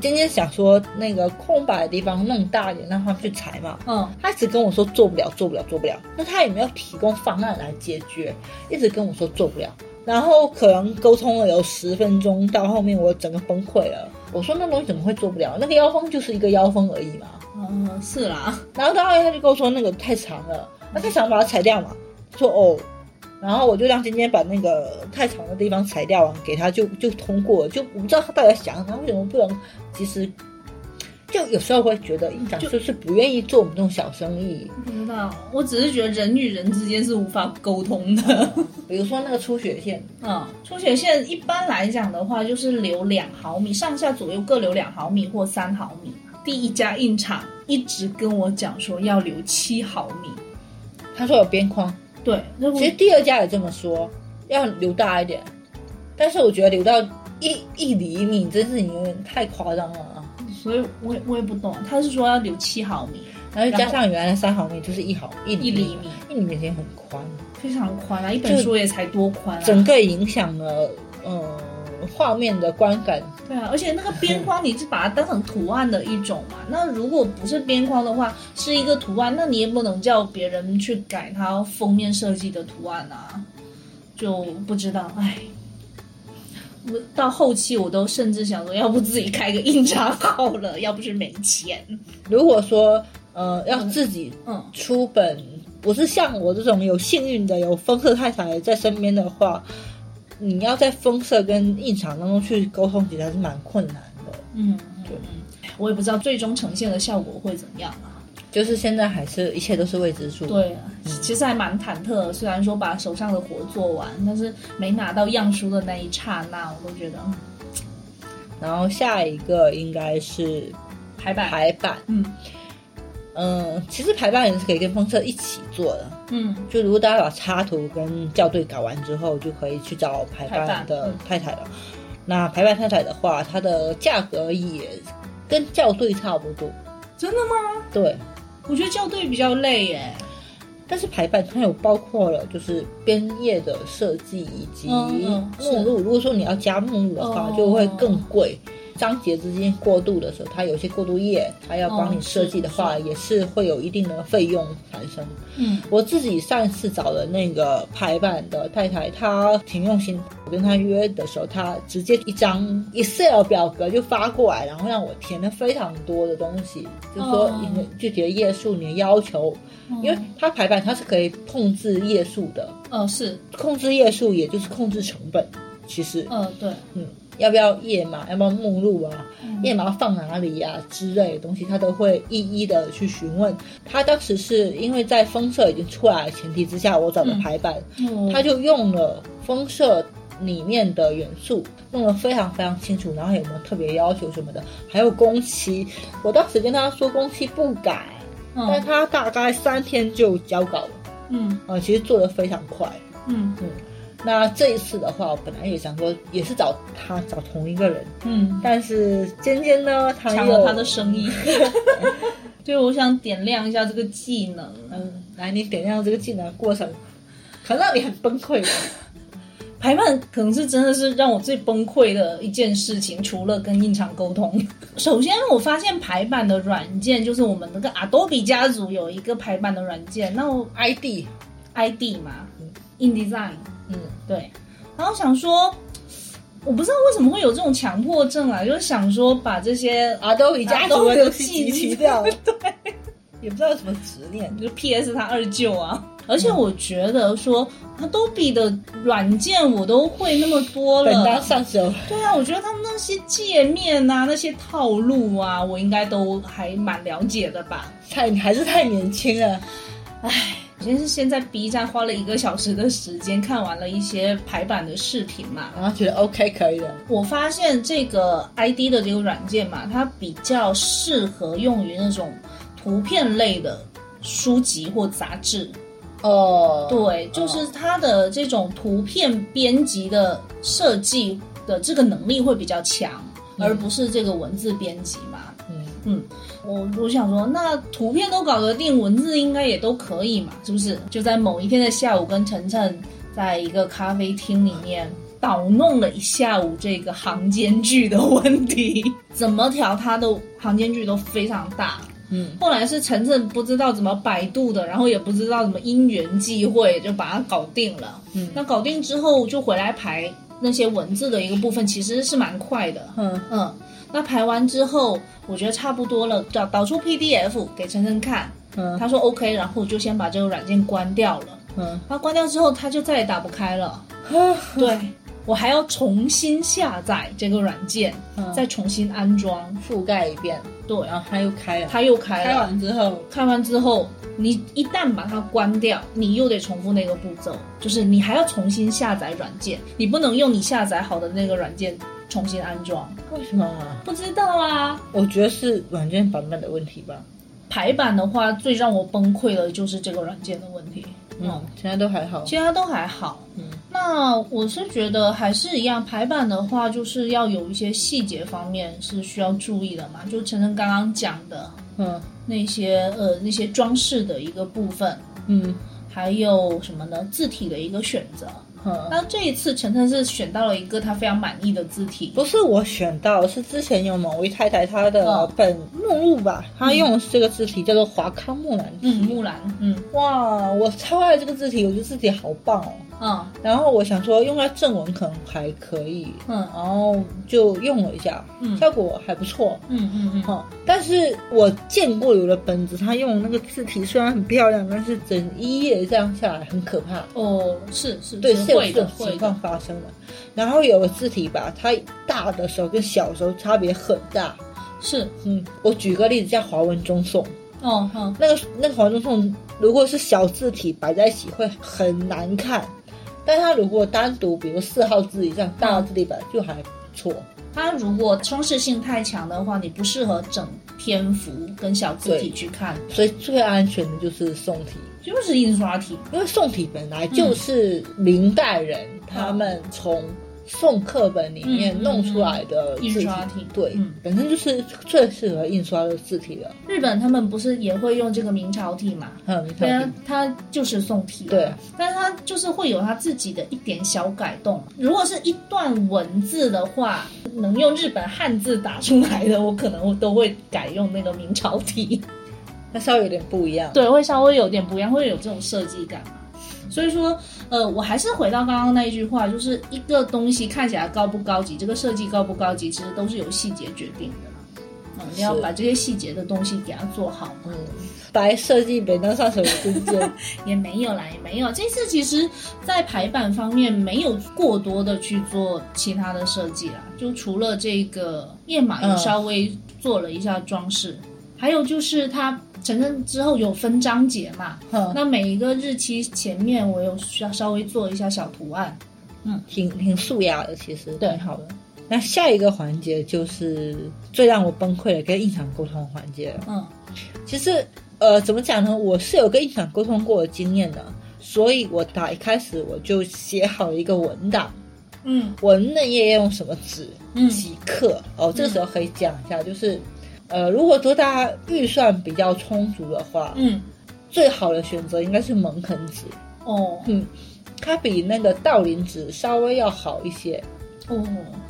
今天想说那个空白的地方弄大一点，让他们去裁嘛。
嗯，
他一直跟我说做不了，做不了，做不了。那他也没有提供方案来解决，一直跟我说做不了。然后可能沟通了有十分钟，到后面我整个崩溃了。我说那东西怎么会做不了？那个腰封就是一个腰封而已嘛。
嗯，是啦，
然后到后面他就跟我说那个太长了，那太长把它裁掉嘛。说哦，然后我就让尖尖把那个太长的地方裁掉啊，给他就就通过了，就我不知道他到底在想，他为什么不能及时。就有时候会觉得院长是不是不愿意做我们这种小生意？
不知道， <laughs> 我只是觉得人与人之间是无法沟通的。
比如说那个出血线，
嗯，出血线一般来讲的话，就是留两毫米，上下左右各留两毫米或三毫米。第一家印厂一直跟我讲说要留七毫米，
他说有边框，
对，那我
其实第二家也这么说，要留大一点，但是我觉得留到一一厘米，真是有点太夸张了啊！
所以我也我也不懂，他是说要留七毫米，
然后加上原来三毫米就是一毫一
一厘
厘
米，
一厘米已经很宽了，
非常宽啊，一本书也才多宽啊，
整个影响了呃画面的观感。
对啊，而且那个边框你是把它当成图案的一种嘛，那如果不是边框的话，是一个图案，那你也不能叫别人去改它封面设计的图案啊，就不知道，唉。我到后期我都甚至想说，要不自己开个印刷好了， <laughs> 要不是没钱，
如果说呃要自己
嗯，
出本，不是像我这种有幸运的有风色太太在身边的话，你要在风色跟印厂当中去沟通，其实还是蛮困难的。
嗯，嗯嗯，我也不知道最终呈现的效果会怎么样啊。
就是现在还是一切都是未知数。
对啊，其实还蛮忐忑的。虽然说把手上的活做完，但是没拿到样书的那一刹那，我都觉得嗯
然后下一个应该是
排版，
排版，
嗯
嗯，其实排版也是可以跟风色一起做的。
嗯
就如果大家把插图跟校对搞完之后，就可以去找排
排
版
版
的
嗯
太太了。那排版太太的话，它的价格也跟校对差不多。
真的吗？
对，
我觉得校对比较累耶。
但是排版它有包括了就是编页的设计以及
嗯嗯是
目录。如果说你要加目录的话
哦，
就会更贵。章节之间过渡的时候，它有些过渡页，它要帮你设计的话，
哦是
也是会有一定的费用产生。
嗯
我自己上次找的那个排版的太太，她挺用心。我跟她约的时候，她直接一张 Excel 表格就发过来，然后让我填了非常多的东西，就说
哦
你的具体的页数、你的要求，
嗯
因为它排版它是可以控制页数的，
呃是
控制页数也就是控制成本。其实，
呃对，
嗯，要不要页码，要不要目录啊，
嗯
页码放哪里呀、之类的东西，他都会一一的去询问。他当时是因为在风社已经出来的前提之下，我找的排版，
嗯
他就用了风社里面的元素，弄得非常非常清楚，然后有没有特别要求什么的，还有工期。我当时跟他说工期不改，但
嗯
他大概三天就交稿了，
嗯
啊、其实做的非常快。
嗯
那这一次的话，我本来也想说，也是找他找同一个人，
嗯，
但是尖尖呢，他
抢
又
了他的生意。 <laughs> 对，我想点亮一下这个技能。
嗯，来，你点亮这个技能过程，可能让你很崩溃吧。
排版可能是真的是让我最崩溃的一件事情，除了跟印厂沟通。 <laughs> 首先，我发现排版的软件就是我们那个 Adobe 家族有一个排版的软件，那我
ID，
ID 嘛
嗯
，InDesign
嗯，
对，然后想说，我不知道为什么会有这种强迫症啊，就是想说把这些呃
阿豆比家族
阿
的东西
豆
集
比
齐掉，对，也不知道有什么执念。
就是 PS 他二舅啊。而且我觉得说，Adobe 的软件我都会那么多
本当
了，
上手，
对啊，我觉得他们那些界面啊、那些套路啊，我应该都还蛮了解的吧。
太你还是太年轻了。
首先是先在 B 站花了一个小时的时间看完了一些排版的视频嘛，
然后觉得 OK 可以了，
我发现这个 ID 的这个软件嘛，它比较适合用于那种图片类的书籍或杂志。
哦，
对，就是它的这种图片编辑的设计的这个能力会比较强，而不是这个文字编辑嘛。
嗯，
我我想说，那图片都搞得定，文字应该也都可以嘛，是不是？就在某一天的下午，跟晨晨在一个咖啡厅里面捣弄了一下午这个行间距的问题， <laughs> 怎么调它的行间距都非常大。
嗯，
后来是晨晨不知道怎么百度的，然后也不知道怎么因缘际会就把它搞定了。
嗯
那搞定之后就回来排那些文字的一个部分，其实是蛮快的。
嗯，
嗯，那排完之后，我觉得差不多了，导导出 PDF 给晨晨看，
嗯，
他说 OK，然后我就先把这个软件关掉了。
嗯， <laughs>
他关掉之后，他就再也打不开了。对，我还要重新下载这个软件，
嗯
再重新安装。
覆盖一遍，
对，
然后它又开了，
它又开
开
了。
完之后，
开完之后，你一旦把它关掉，你又得重复那个步骤，就是你还要重新下载软件，你不能用你下载好的那个软件重新安装。
为什么啊？
不知道啊，
我觉得是软件版本的问题吧。
排版的话，最让我崩溃的就是这个软件的问题。
嗯，现在都还好。
其他都还好。
嗯，
那我是觉得还是一样，排版的话就是要有一些细节方面是需要注意的嘛，就晨晨刚刚讲的
嗯
那些呃那些装饰的一个部分，
嗯
还有什么呢？字体的一个选择。
嗯，
那这一次晨晨是选到了一个他非常满意的字体，
不是我选到，是之前有某位太太她的
嗯
本目录吧，她用的是这个字体叫做华康木兰。
嗯，木兰，嗯
哇，我超爱这个字体，我觉得字体好棒哦。
嗯
然后我想说用在正文可能还可以，
嗯
然后就用了一下，
嗯
效果还不错。
嗯嗯嗯，
哦，但是我见过有的本子，它用的那个字体虽然很漂亮，但是整一页这样下来很可怕。
哦，是是，
对，
是
是有
会
这
的
种
会的
情况，发生的。然后有的字体吧，它大的时候跟小时候差别很大。
是
嗯，我举个例子，像华文中颂，
哦嗯
那个那个华文中颂，如果是小字体摆在一起会很难看，但它如果单独，比如四号字以上大的字体摆就还不错。
它如果装饰性太强的话，你不适合整篇幅跟小字体
对
去看，
所以最安全的就是宋体，
就是印刷体。
因为宋体本来就是明代人、
嗯
他们从宋课本里面
嗯嗯
弄出来的
印
字体，
刷体
对，
嗯
本身就是最适合印刷的字体了。
日本他们不是也会用这个明朝体嘛？
还有明朝
对
体
啊，，它就是宋体啊。
对
但是它就是会有它自己的一点小改动。如果是一段文字的话，能用日本汉字打出来的，我可能我都会改用那个明朝体。
那稍微有点不一样。
对，会稍微有点不一样，会有这种设计感嘛。所以说，呃，我还是回到刚刚那一句话，就是一个东西看起来高不高级，这个设计高不高级，其实都是由细节决定的嘛。嗯，你要
是
把这些细节的东西给它做好嘛。
嗯，白设计没当上手的中间，
<laughs> 也没有啦，也没有。这次其实，在排版方面没有过多的去做其他的设计啦，就除了这个页码有
嗯
稍微做了一下装饰，还有就是它承认之后有分章节嘛，
哼，
那每一个日期前面我有稍稍微做一下小图案。
挺挺素雅的，其实
对
挺好的。那下一个环节就是最让我崩溃的跟印厂沟通的环节了。
嗯
其实，呃，怎么讲呢？我是有跟印厂沟通过的经验的，所以我打一开始我就写好一个文档，
嗯
文那页要用什么纸，
嗯
几克哦。这时候可以讲一下，就是，呃，如果说大家预算比较充足的话，
嗯，
最好的选择应该是蒙肯纸，嗯
哦
它比那个道林纸稍微要好一些，
哦，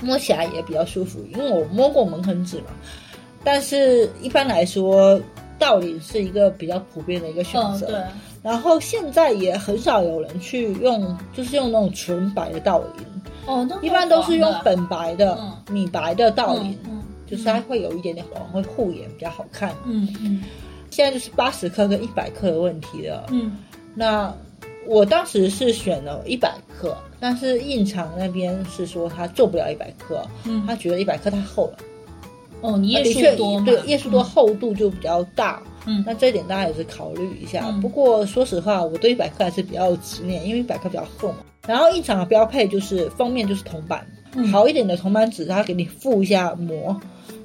摸起来也比较舒服。因为我摸过蒙肯纸嘛，但是一般来说，道林是一个比较普遍的一个选
嗯
择。
对，
然后现在也很少有人去用，就是用那种纯白的道林，
哦都
一般都是用
粉
粉白的、
嗯
米白的道林，
嗯
就是它会有一点点黄，会护眼比较好看。
嗯嗯
现在就是八十克跟一百克的问题了。
嗯
那我当时是选了一百克，但是印厂那边是说他做不了一百克，
嗯
他
嗯，
觉得一百克太厚了，
哦你页
的确
数多嘛，
对页数多，厚度就比较大。
嗯
那这一点大家也是考虑一下。
嗯
不过说实话，我对一百克还是比较有执念，因为一百克比较厚嘛。然后印厂的标配就是封面就是铜板，
嗯
好一点的铜板纸，它给你覆一下膜，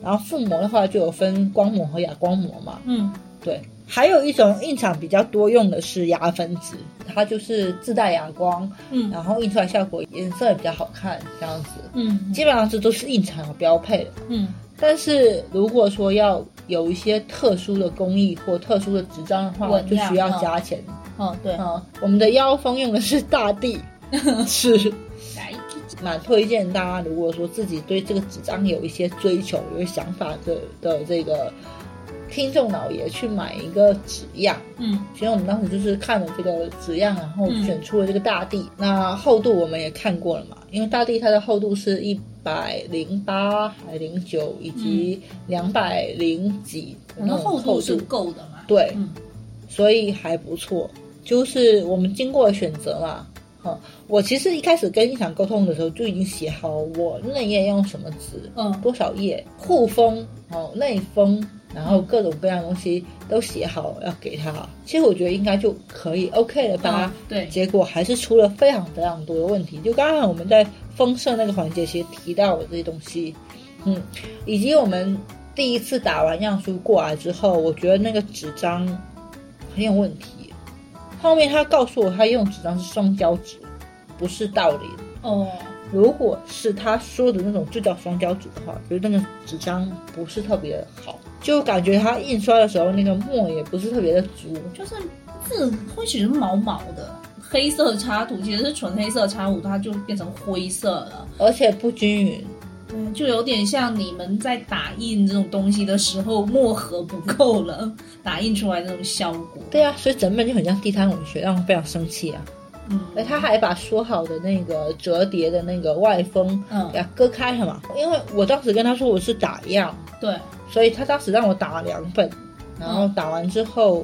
然后覆膜的话就有分光膜和哑光膜嘛。
嗯
对，还有一种印厂比较多用的是牙粉纸，它就是自带哑光，
嗯
然后印出来效果颜色也比较好看，这样子。
嗯
基本上这都是印厂的标配了。
嗯
但是如果说要有一些特殊的工艺或特殊的纸张的话，
纹
就
样
需要加钱。
哦对，
嗯，我们的腰封用的是大地是
来
蛮推荐大家，如果说自己对这个纸张有一些追求、有一些想法的的这个听众老爷去买一个纸样。
嗯
其实我们当时就是看了这个纸样，然后
嗯
选出了这个大地。那厚度我们也看过了嘛，因为大地它的厚度是一百零八、还零九以及两百零几
我
那
们
种
厚
度
嗯度是够的嘛，
对，
嗯
所以还不错。就是我们经过选择嘛，嗯，我其实一开始跟印厂沟通的时候就已经写好我内页用什么纸，
嗯
多少页，护封哦，内封，然后各种各样东西都写好要给他。其实我觉得应该就可以 OK 了吧
嗯？对
结果还是出了非常非常多的问题。就刚才我们在封社那个环节，其实提到了这些东西，嗯，以及我们第一次打完样书过来之后，我觉得那个纸张很有问题。后面他告诉我，他用纸张是双胶纸，不是倒立的。
哦，
如果是他说的那种就叫双胶纸的话，觉得那个纸张不是特别好，就感觉他印刷的时候那个墨也不是特别的足。
就是字会其实毛毛的，黑色插图其实是纯黑色插图，它就变成灰色了。
而且不均匀。
嗯，就有点像你们在打印这种东西的时候，墨盒不够了， <laughs> 打印出来的那种效果。
对啊，所以整本就很像地摊文学，让我非常生气啊！
嗯，
而他还把说好的那个折叠的那个外封
嗯
给它割开了嘛，因为我当时跟他说我是打样，
对，
所以他当时让我打了两本，然后打完之后，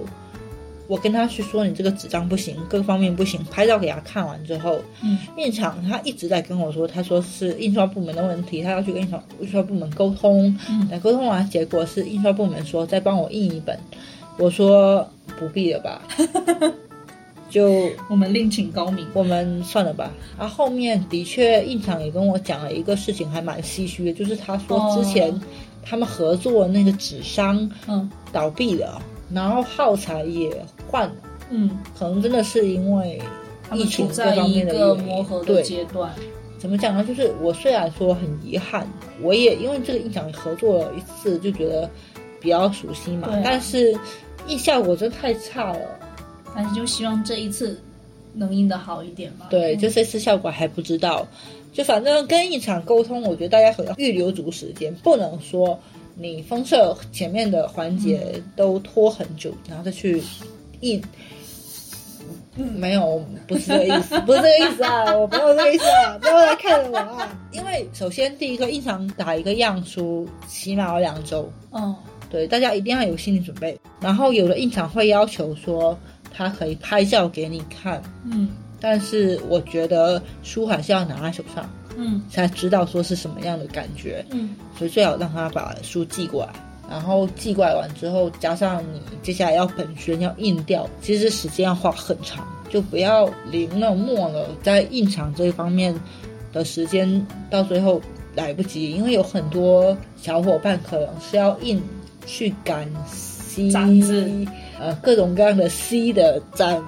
我跟他去说你这个纸张不行，各方面不行，拍照给他看完之后，
嗯
印厂他一直在跟我说，他说是印刷部门的问题，他要去跟印刷印刷部门沟通，
嗯
那沟通完结果是印刷部门说再帮我印一本，我说不必了
<laughs>
吧，就
我们另请高明。
我们算了吧。然后后面的确，印厂也跟我讲了一个事情，还蛮唏嘘的，就是他说之前
哦
他们合作那个纸商
嗯
倒闭了，然后耗材也换了，
嗯，
可能真的是因为
他
疫
们
情
处
各
在
方
一
面的
个
原因
磨合的
对
阶段。
怎么讲呢？就是我虽然说很遗憾，我也因为这个印象合作了一次，就觉得比较熟悉嘛。
对啊
但是印效果真的太差了，
但是就希望这一次能印的好一点嘛。
对，
嗯
就这次效果还不知道。就反正跟印厂沟通，我觉得大家可能预留足时间，不能说你封测前面的环节都拖很久，然后再去印。没有，不是这个意思，不是这个意思啊，我没有这个意思啊，不要来看我啊！因为首先第一个印厂打一个样书，起码要两周，
嗯
对，大家一定要有心理准备。然后有的印厂会要求说，他可以拍照给你看，
嗯
但是我觉得书还是要拿在手上，
嗯
才知道说是什么样的感觉，
嗯
所以最好让他把书寄过来，然后寄过来完之后，加上你接下来要本宣要印掉，其实时间要花很长，就不要临了末了，在印厂这一方面的时间到最后来不及，因为有很多小伙伴可能是要印去赶 C
展字
呃各种各样的 C 的展，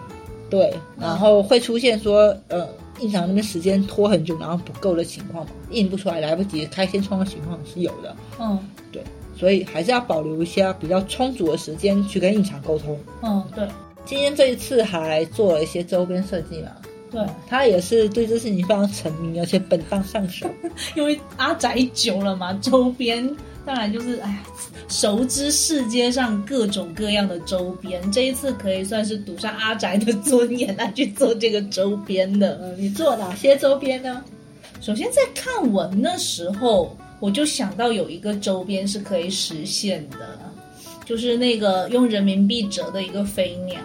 对，
嗯
然后会出现说呃印厂那边时间拖很久，然后不够的情况，印不出来来不及开天窗的情况是有的，
嗯
对，所以还是要保留一些比较充足的时间去跟印厂沟通。
嗯，对
今天这一次还做了一些周边设计嘛，
对，
他也是对这事情非常沉迷，而且本当上手。
因为阿宅久了嘛，周边当然就是哎呀，熟知世界上各种各样的周边，这一次可以算是赌上阿宅的尊严来去做这个周边的。
<laughs> 呃，你做哪些周边呢？
首先在看文的时候，我就想到有一个周边是可以实现的，就是那个用人民币折的一个飞鸟，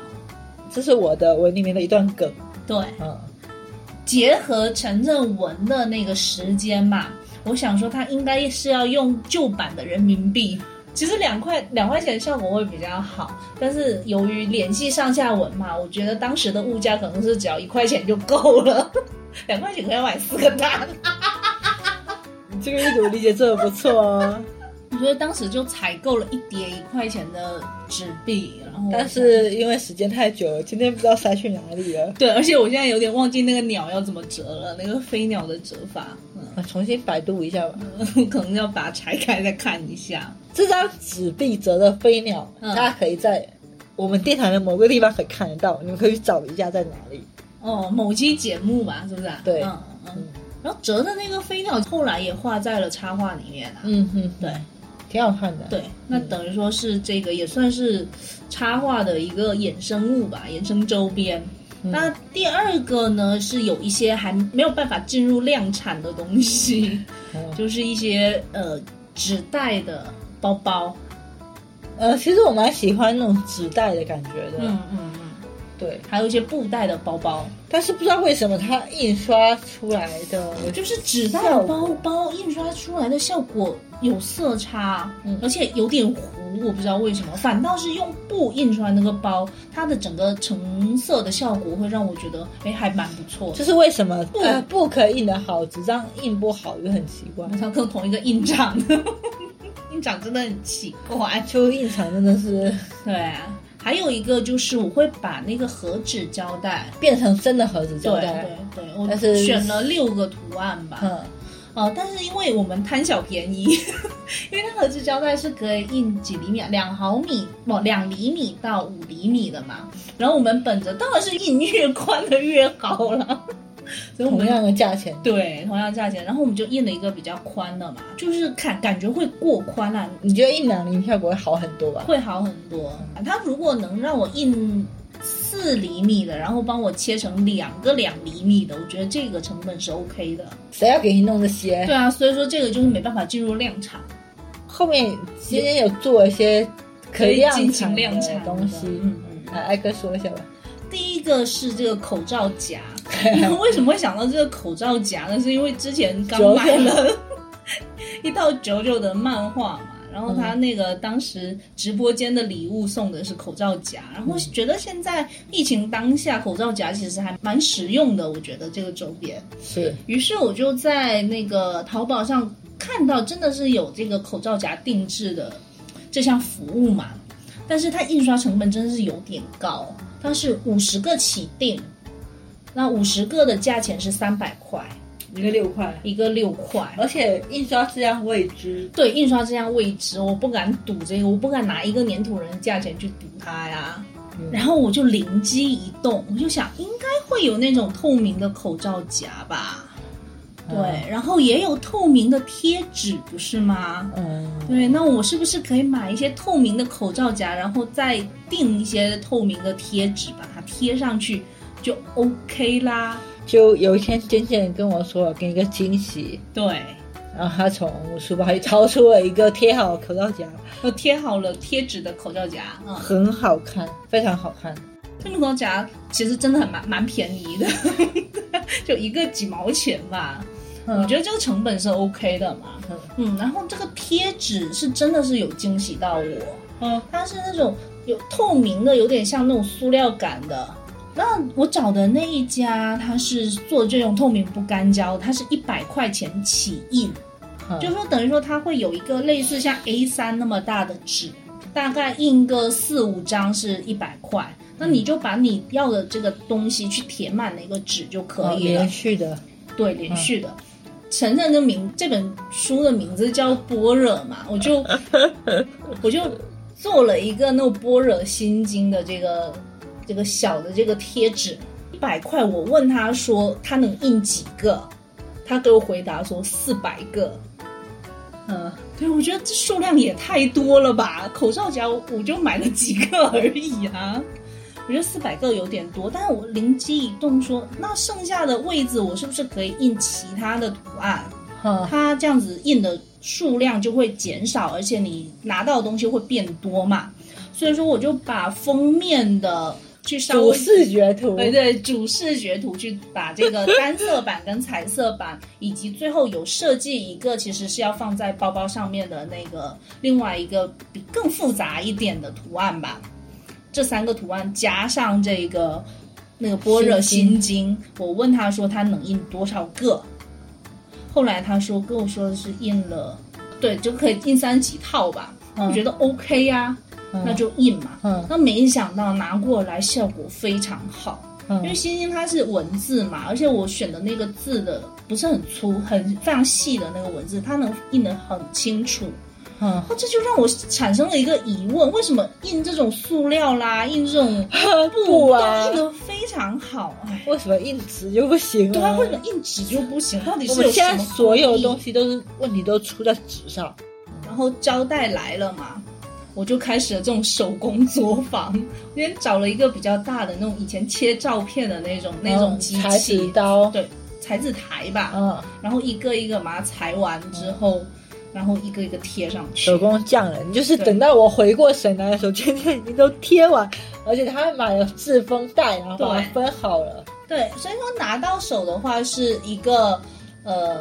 这是我的文里面的一段梗，
对，
嗯，
结合陈正文的那个时间嘛，我想说他应该是要用旧版的人民币。其实两块两块钱效果会比较好，但是由于联系上下文嘛，我觉得当时的物价可能是只要一块钱就够了， <laughs> 两块钱可以买四个蛋。
你这个阅读理解做的不错哦，
我觉得当时就采购了一叠一块钱的纸币，然后
<laughs> 但是因为时间太久了，今天不知道塞去哪里了，
对，而且我现在有点忘记那个鸟要怎么折了，那个飞鸟的折法，
我重新百度一下吧。
嗯， <laughs> 可能要把它拆开再看一下。
这张纸币折的飞鸟，
嗯
大家可以在我们电台的某个地方可以看得到，你们可以去找一下在哪里。
哦，某期节目吧，是不是、啊？
对
嗯嗯
嗯。
然后折的那个飞鸟后来也画在了插画里面啊。
嗯哼，
对，
挺好看的。
对，那等于说是这个也算是插画的一个衍生物吧，衍生周边。
嗯
那第二个呢，是有一些还没有办法进入量产的东
<laughs>
西，
嗯，
就是一些呃纸袋的包包。
呃，其实我蛮喜欢那种纸袋的感觉的。
嗯嗯嗯，
对，
还有一些布袋的包包，
但是不知道为什么它印刷出来的，我就
就是纸袋
效
的
果
包包印刷出来的效果有色差，
嗯
而且有点糊，我不知道为什么。反倒是用布印出来那个包，它的整个橙色的效果会让我觉得，哎，还蛮不错的。
就是为什么
不
呃不可印的好，纸张印不好就很奇怪。
它跟同一个印章， <laughs> 印章真的很奇怪。
就印厂真的是
对啊，还有一个就是我会把那个盒纸胶带，
变成真的盒子胶
对
带，
对对，我
但是
选了六个图案吧。
嗯，
呃，但是因为我们贪小便宜，因为它盒子胶带是可以印几厘米啊，两毫米不两厘米到五厘米的嘛。然后我们本着当然是印越宽的越好了，所以我
同
们
样的价钱，
对同样价钱，然后我们就印了一个比较宽的嘛，就是看感觉会过宽啊，
你觉得印两零效果会好很多吧？
会好很多。它如果能让我印四厘米的，然后帮我切成两个两厘米的，我觉得这个成本是 OK 的。
谁要给你弄这些？
对啊，所以说这个就是没办法进入量产。
后面今天有做一些可以量
进
产
行
的
量产的
东西，
嗯嗯
啊，挨个说一下吧。
第一个是这个口罩
<laughs>
夹，为什么会想到这个口罩夹呢？是因为之前刚
九九
买了 <laughs> 一套九九的漫画嘛，然后他那个当时直播间的礼物送的是口罩夹，然后觉得现在疫情当下口罩夹其实还蛮实用的，我觉得这个周边，
是，
于是我就在那个淘宝上看到，真的是有这个口罩夹定制的这项服务嘛？但是它印刷成本真的是有点高，它是五十个起订，那五十个的价钱是三百块，
一个六块，
一个六块。
而且印刷质量未知，
对印刷这样位置，我不敢赌这个，我不敢拿一个粘土人的价钱去赌它呀。
嗯
然后我就灵机一动，我就想应该会有那种透明的口罩夹吧。对，然后也有透明的贴纸，不是吗？
嗯，
对，那我是不是可以买一些透明的口罩夹，然后再订一些透明的贴纸，把它贴上去就 OK 啦？
就有一天尖尖跟我说，我给你一个惊喜，
对，
然后他从书包里掏出了一个贴好的口罩夹，
我贴好了贴纸的口罩夹，嗯，
很好看，非常好看。
透明口罩夹其实真的很蛮蛮便宜的， <laughs> 就一个几毛钱吧。我觉得这个成本是 OK 的嘛。
嗯
嗯，然后这个贴纸是真的是有惊喜到我。
嗯，
它是那种有透明的，有点像那种塑料感的。那我找的那一家，它是做这种透明不干胶，它是一百块钱起印，
嗯
就是说等于说它会有一个类似像 A 三那么大的纸，大概印个四五张是一百块，那
嗯
你就把你要的这个东西去填满那个纸就可
哦
以了
连。续嗯的，
对，连续的。晨晨的名，这本书的名字叫《般若》嘛，我
<laughs>
就我就做了一个那种《般若心经》的这个这个小的这个贴纸，一百块。我问他说他能印几个，他给我回答说四百个。
嗯，
对，我觉得这数量也太多了吧？口罩夹我我就买了几个而已啊，我觉得四百个有点多。但是我灵机一动说，那剩下的位置我是不是可以印其他的图案？
嗯
它这样子印的数量就会减少，而且你拿到的东西会变多嘛。所以说，我就把封面的去稍
主
微
视觉图，
对对，主视觉图去把这个单色版跟彩色版，以及最后有设计一个其实是要放在包包上面的那个另外一个比更复杂一点的图案吧。这三个图案加上这个那个般若心经，我问他说他能印多少个，后来他说跟我说的是印了，对，就可以印三几套吧。
嗯
我觉得 OK 呀、
嗯
那就印嘛。
嗯
那没想到拿过来效果非常好，因为
嗯
星星它是文字嘛，而且我选的那个字的不是很粗，很非常细的那个文字，它能印得很清楚。
嗯
哦，这就让我产生了一个疑问：为什么印这种塑料啦，印这种布
布
都
啊
印得非常好？哎，
为什么印纸就不行
对啊，
啊？
为什么印纸就不行？到底
我
是
们
有
现
什
在
么
所有
工艺
东西都是问题都出在纸上，
然后胶带来了嘛，我就开始了这种手工作坊。我先找了一个比较大的那种以前切照片的那种那种
嗯
机
裁纸
器，
刀，
对，裁纸台吧，
嗯，
然后一个一个把它裁完之后，然后一个一个贴上去
手。工匠人，就是
对
等到我回过神来的时候，今天已经都贴完，而且他还买了制封袋，然后把它
对
分好了。
对，所以说拿到手的话是一个呃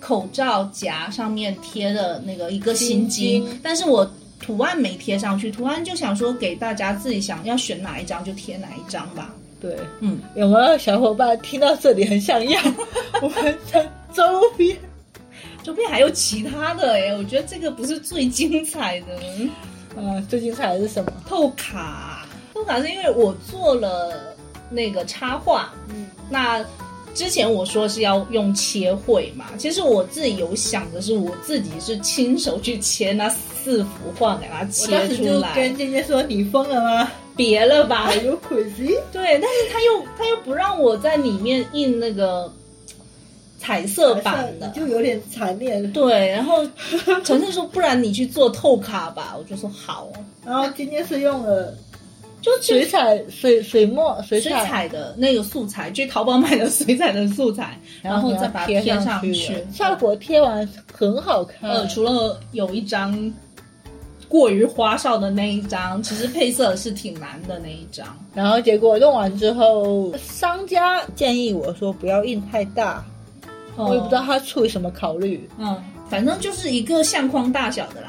口罩夹上面贴的那个一个
心
心
经
经，但是我图案没贴上去，图案就想说给大家自己想要选哪一张就贴哪一张吧。
对，
嗯，
有没有小伙伴听到这里很
<laughs>
想要我们的周边？
周边还有其他的哎，我觉得这个不是最精彩的。
啊，最精彩的是什么？
<laughs> 透卡，透卡是因为我做了那个插画，
嗯，
那之前我说是要用切绘嘛，其实我自己有想的是，我自己是亲手去切那四幅画，给它
我当
切
时
出
就
来
跟。尖尖说：“你疯了吗
别了吧
？Are，you <laughs> crazy？”
对，但是他又他又不让我在里面印那个彩色版
你
的。
就有点残念。
对，然后晨晨说：“不然你去做透卡吧。”我就说：“好。
然后今天是用了”
就去
水彩、水水墨、水
水彩的那个素材，去淘宝买的水彩的素材，然后再把它
贴
贴上
去
去
了，效果贴完很好看。
呃，除了有一张过于花哨的那一张，其实配色是挺难的那一张。
然后结果弄完之后，商家建议我说不要印太大，
哦
我也不知道他出于什么考虑。
嗯，嗯，反正就是一个相框大小的啦，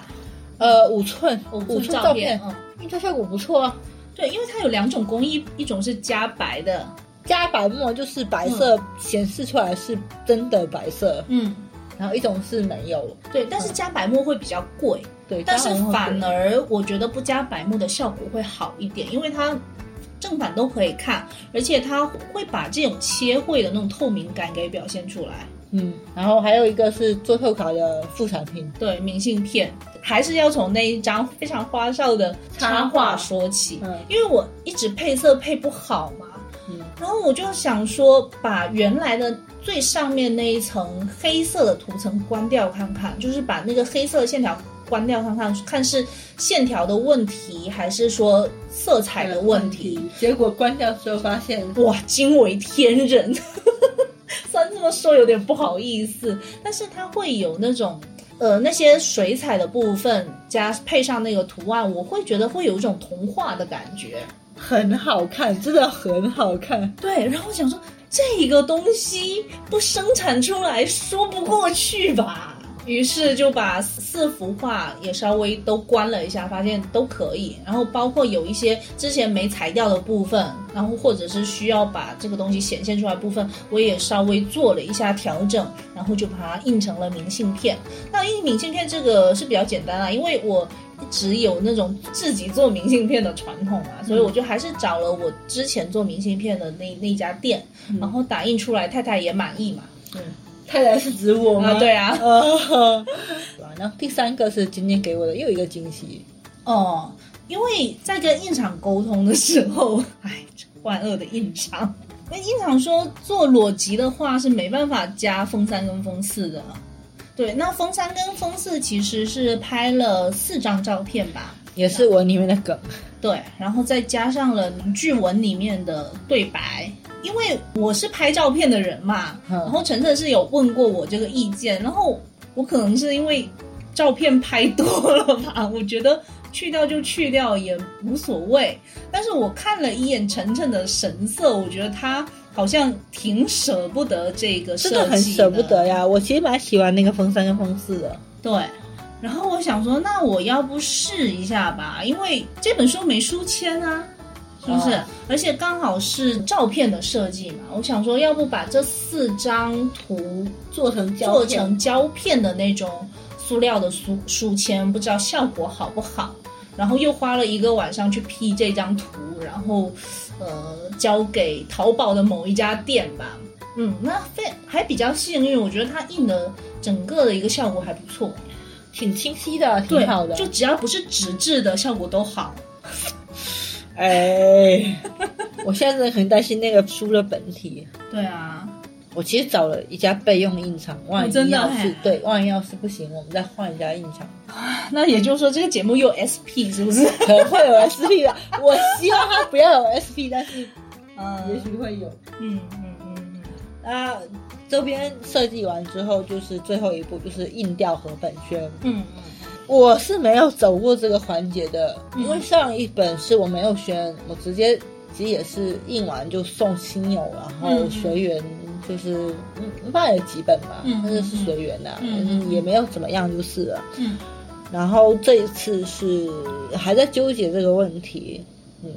呃，五寸，
五
寸
寸
照
照片。嗯，
印出来效果不错啊。
对，因为它有两种工艺，一种是加白的，
加白墨就是白色显示出来是真的白色，
嗯，
然后一种是没有。
对，但是加白墨会比较贵，
对，
但是
加白墨
反
是
而我觉得不加白墨的效果会好一点，因为它正反都可以看，而且它会把这种切绘的那种透明感给表现出来。
嗯，然后还有一个是做透卡的副产品，
对，明信片还是要从那一张非常花哨的插画说起，
嗯
因为我一直配色配不好嘛，
嗯
然后我就想说把原来的最上面那一层黑色的涂层关掉看看，就是把那个黑色的线条关掉看看，看是线条的问题还是说色彩的问题。。
结果关掉之后发现，
哇，惊为天人。 <laughs> 虽然这么说有点不好意思，但是它会有那种呃那些水彩的部分加配上那个图案，我会觉得会有一种童话的感觉。
很好看，真的很好看。
对，然后我想说这个东西不生产出来说不过去吧。于是就把四幅画也稍微都关了一下，发现都可以。然后包括有一些之前没裁掉的部分，然后或者是需要把这个东西显现出来的部分，我也稍微做了一下调整，然后就把它印成了明信片。那印明信片这个是比较简单啊，因为我一直有那种自己做明信片的传统啊，所以我就还是找了我之前做明信片的那那家店，然后打印出来，太太也满意嘛。
太太是指我吗？
啊，对。啊，
<laughs> 呃，然后第三个是今天给我的又一个惊喜，
哦，因为在跟印厂沟通的时候，哎，这万恶的印厂， <laughs> 那印厂说做裸级的话是没办法加风三跟风四的。对，那风三跟风四其实是拍了四张照片吧？
也是我里面的梗。
对，然后再加上了剧文里面的对白，因为我是拍照片的人嘛，
嗯
然后晨晨是有问过我这个意见，然后我可能是因为照片拍多了吧，我觉得去掉就去掉也无所谓。但是我看了一眼晨晨的神色，我觉得他好像挺舍不得这个设
真
计
的很舍不得呀！我其实蛮喜欢那个风三跟风四的，
对，然后我想说，那我要不试一下吧，因为这本书没书签啊，是不是？
哦
而且刚好是照片的设计嘛，我想说，要不把这四张图
做成
做成胶片的那种塑料的书书签，不知道效果好不好。然后又花了一个晚上去 P 这张图，然后呃交给淘宝的某一家店吧。嗯，那非还比较幸运，我觉得它印的整个的一个效果还不错。
挺清晰的，挺
对，
好的。
就只要不是纸质的，效果都好。
哎， <laughs> 我现在真的很担心那个书的本体。
对啊， <laughs>
我其实找了一家备用印厂，万一
真的
要是、
哎
对，万一要是不行，我们再换一家印厂，
那也就是说这个节目又 SP 是不是？
可能会有 SP 吧。我希望它不要有 SP，但是也许会有。
<laughs>
啊
嗯嗯嗯
那周边设计完之后，就是最后一步，就是印掉和本宣。
嗯嗯
我是没有走过这个环节的，因为上一本是我没有选，我直接其实也是印完就送亲友，然后
嗯
随缘，就是嗯卖了几本吧，
嗯
但是是随缘的、
嗯
嗯，也没有怎么样就是了。
嗯
然后这一次是还在纠结这个问题，嗯，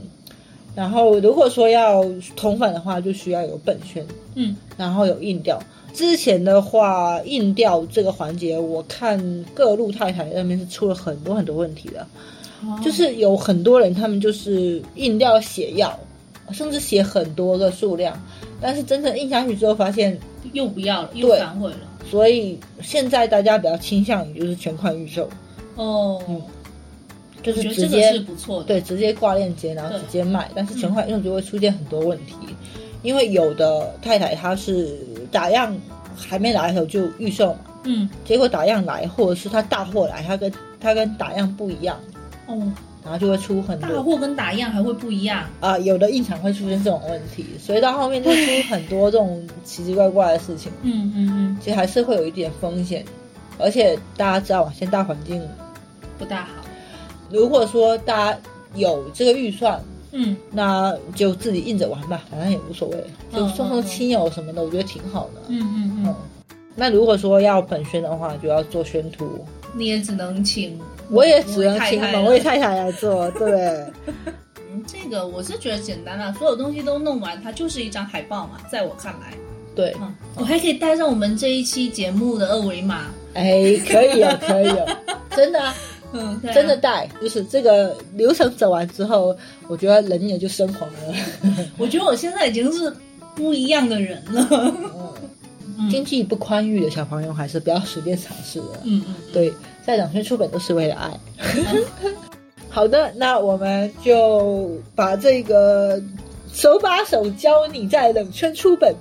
然后如果说要同返的话，就需要有本宣，
嗯
然后有印调。之前的话，印调这个环节，我看各路太太那边是出了很多很多问题的，
哦
就是有很多人他们就是印调写药，甚至写很多个数量，但是真正印下去之后发现，
又不要了，又
对
反悔了。
所以现在大家比较倾向于就是全款预售，
哦，
就
我觉
是
得
直
这个
接
是不错的。
对，直接挂链接，然后
对嗯
直接卖。但是全款用就会出现很多问题，因为有的太太她是打样还没来的时候就预售嘛，
嗯，
结果打样来，或者是她大货来，她跟她跟打样不一样，
哦，
然后就会出很
大
多
货跟打样还会不一样。
啊、有的印厂会出现这种问题，所以到后面就出很多这种奇奇怪怪的事情，
嗯嗯
其实还是会有一点风险，而且大家知道嘛，现在大环境，
嗯，不大好。
如果说大家有这个预算，
嗯
那就自己硬着玩吧，反正也无所谓，就
嗯
送送亲友什么的，我觉得挺好的。
嗯嗯嗯，
那如果说要本宣的话，就要做宣图，
你也只能请，
我也只能请
太太
某
了
位太太来
<laughs>
做，对，
嗯这个我是觉得简单了，所有东西都弄完，它就是一张海报嘛，在我看来，
对，哦
嗯，我还可以带上我们这一期节目的二维码，
哎，可以哦，可以哦，真的啊、
嗯， <laughs> 对啊
真的，带，就是这个流程走完之后，我觉得人也就升
<laughs>
华了。
我觉得我现在已经是不一样的人了，嗯
经济不宽裕的小朋友还是不要随便尝试了。
嗯嗯，
对，在两圈出本都是为了爱。 <laughs> 好的，那我们就把这个手把手教你在冷圈出本。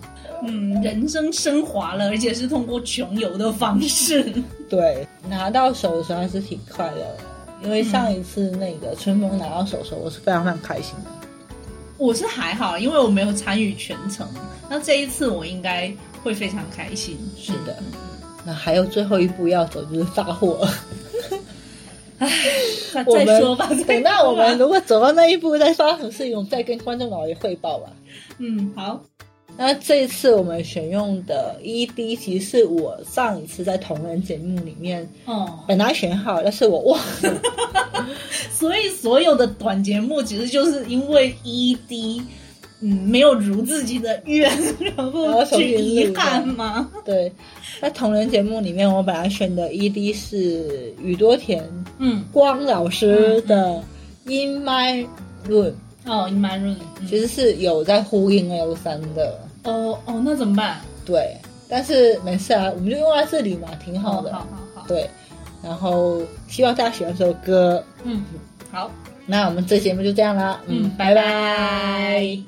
嗯，人生升华了，而且是通过穷游的方式，
对，拿到手的时候还是挺快乐的，因为上一次那个春风拿到手的时候，我是非常非常开心的。
我是还好，因为我没有参与全程，那这一次我应该会非常开心，
是的，那还有最后一步要走，就是大货。
那
我
再
们
说吧，再
<laughs> 等到
说
我们
吧，
如果走到那一步，再发生什么事情，我们再跟观众老爷汇报吧。
嗯，好，
那这一次我们选用的 ED，其实是我上一次在同人节目里面
哦。
本来选好，但是我忘了。
所以所有的短节目其实就是因为 ED，嗯，没有如自己的愿，然后去遗憾吗？
对，在同人节目里面，我本来选的 ED 是宇多田
嗯，
光老师的《In My Room
哦，你蛮润，》，
其实是有在呼应 L 三的。
哦哦，那怎么办？
对，但是没事啊，我们就用在这里嘛，挺好
哦
的。
好好好，
对，然后希望大家喜欢这首歌。
嗯，好，
那我们这节目就这样啦，
嗯，
拜
拜
拜
拜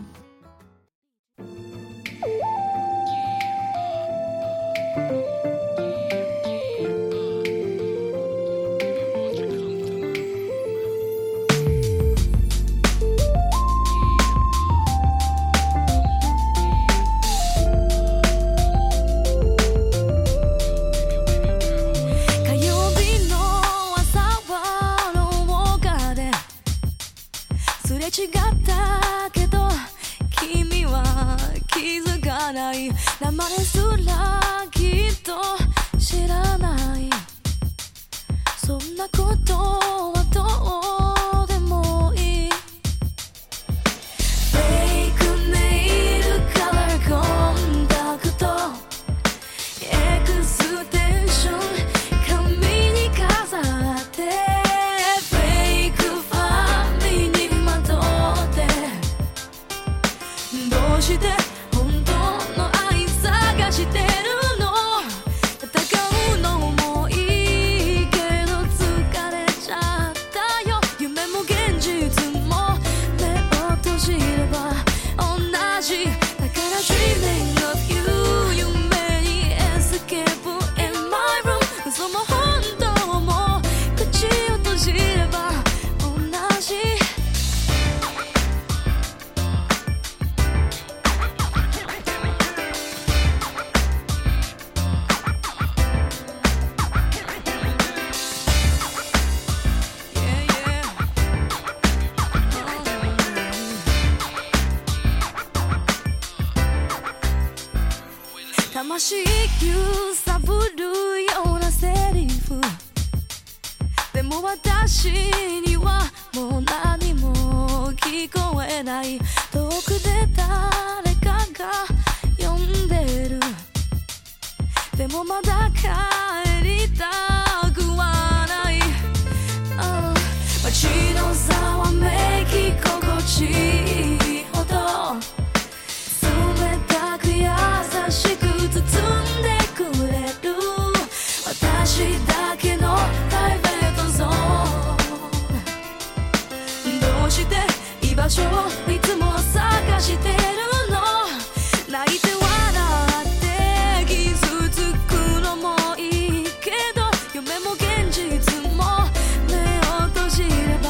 火曜日の朝は廊下ですれ違ったけど君は気づかない名前すらきっと知らないそんなことはどうでもいい Fake ネイルカラーコンタクト「エクステンション」「髪に飾って」「フェイクファミにまとって」「どうして本当の愛探してるの」「戦うのもいいけど疲れちゃったよ」「夢も現実も目を閉じれば同じ」「だから Dreaming of you」「夢にエスケープ in my room」「嘘も本当も口を閉じれば同じ」「もし揺さぶるようなセリフでも私にはもう何も聞こえない遠くで誰かが呼んでるでもまだ帰りたくはないああ街のざわめき心地いいほど冷たく優しく包んでくれる私だけのプライベートゾーンどうして居場所をいつも探してるの泣いて笑って傷つくのもいいけど夢も現実も目を閉じれば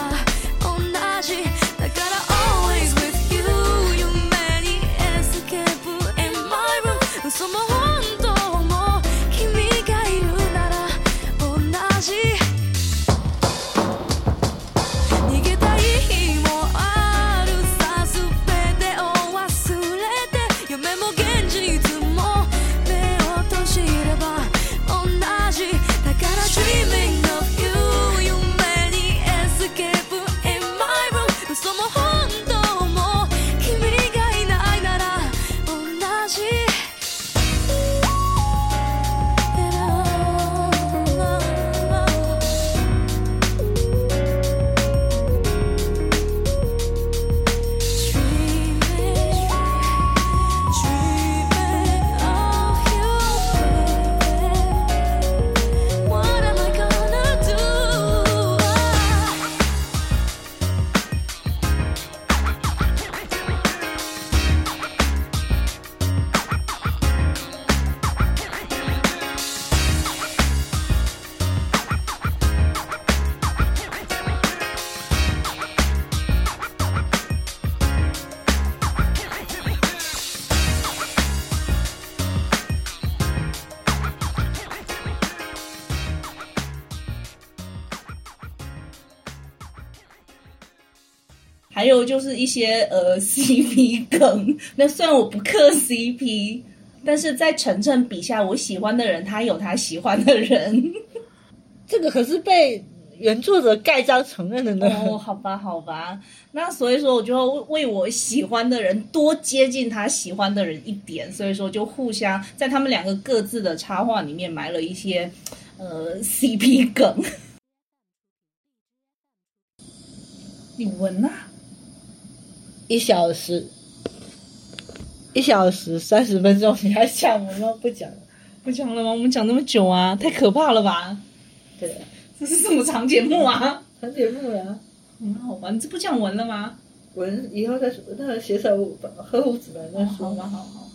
同じだから always with you 夢にエスケープ in my room 嘘も本当も君がいるなら同じ逃げたい日もあるさ全てを忘れて夢も現実も目を閉じれば同じだから Dreaming of you 夢にエスケープ in my room 嘘も本当も君がいないなら同じ What am I gonna do?
还有就是一些呃 CP 梗。那虽然我不磕 CP，但是在晨晨笔下，我喜欢的人他有他喜欢的人。
这个可是被原作者盖章承认的呢。
哦，好吧，好吧，那所以说，我就要为我喜欢的人多接近他喜欢的人一点，所以说就互相在他们两个各自的插画里面埋了一些呃 CP 梗。 <laughs> 你闻啊，
一小时，一小时三十分钟，你还讲我吗？不讲了。
不讲了吗？我们讲那么久啊，太可怕了吧！
对啊，
这是什么长节目啊？
很节目了、啊。
很好玩，这不讲完了吗？
我以后再说，那写首《河湖指南》再
哦好
说
吧，
吧。
好好。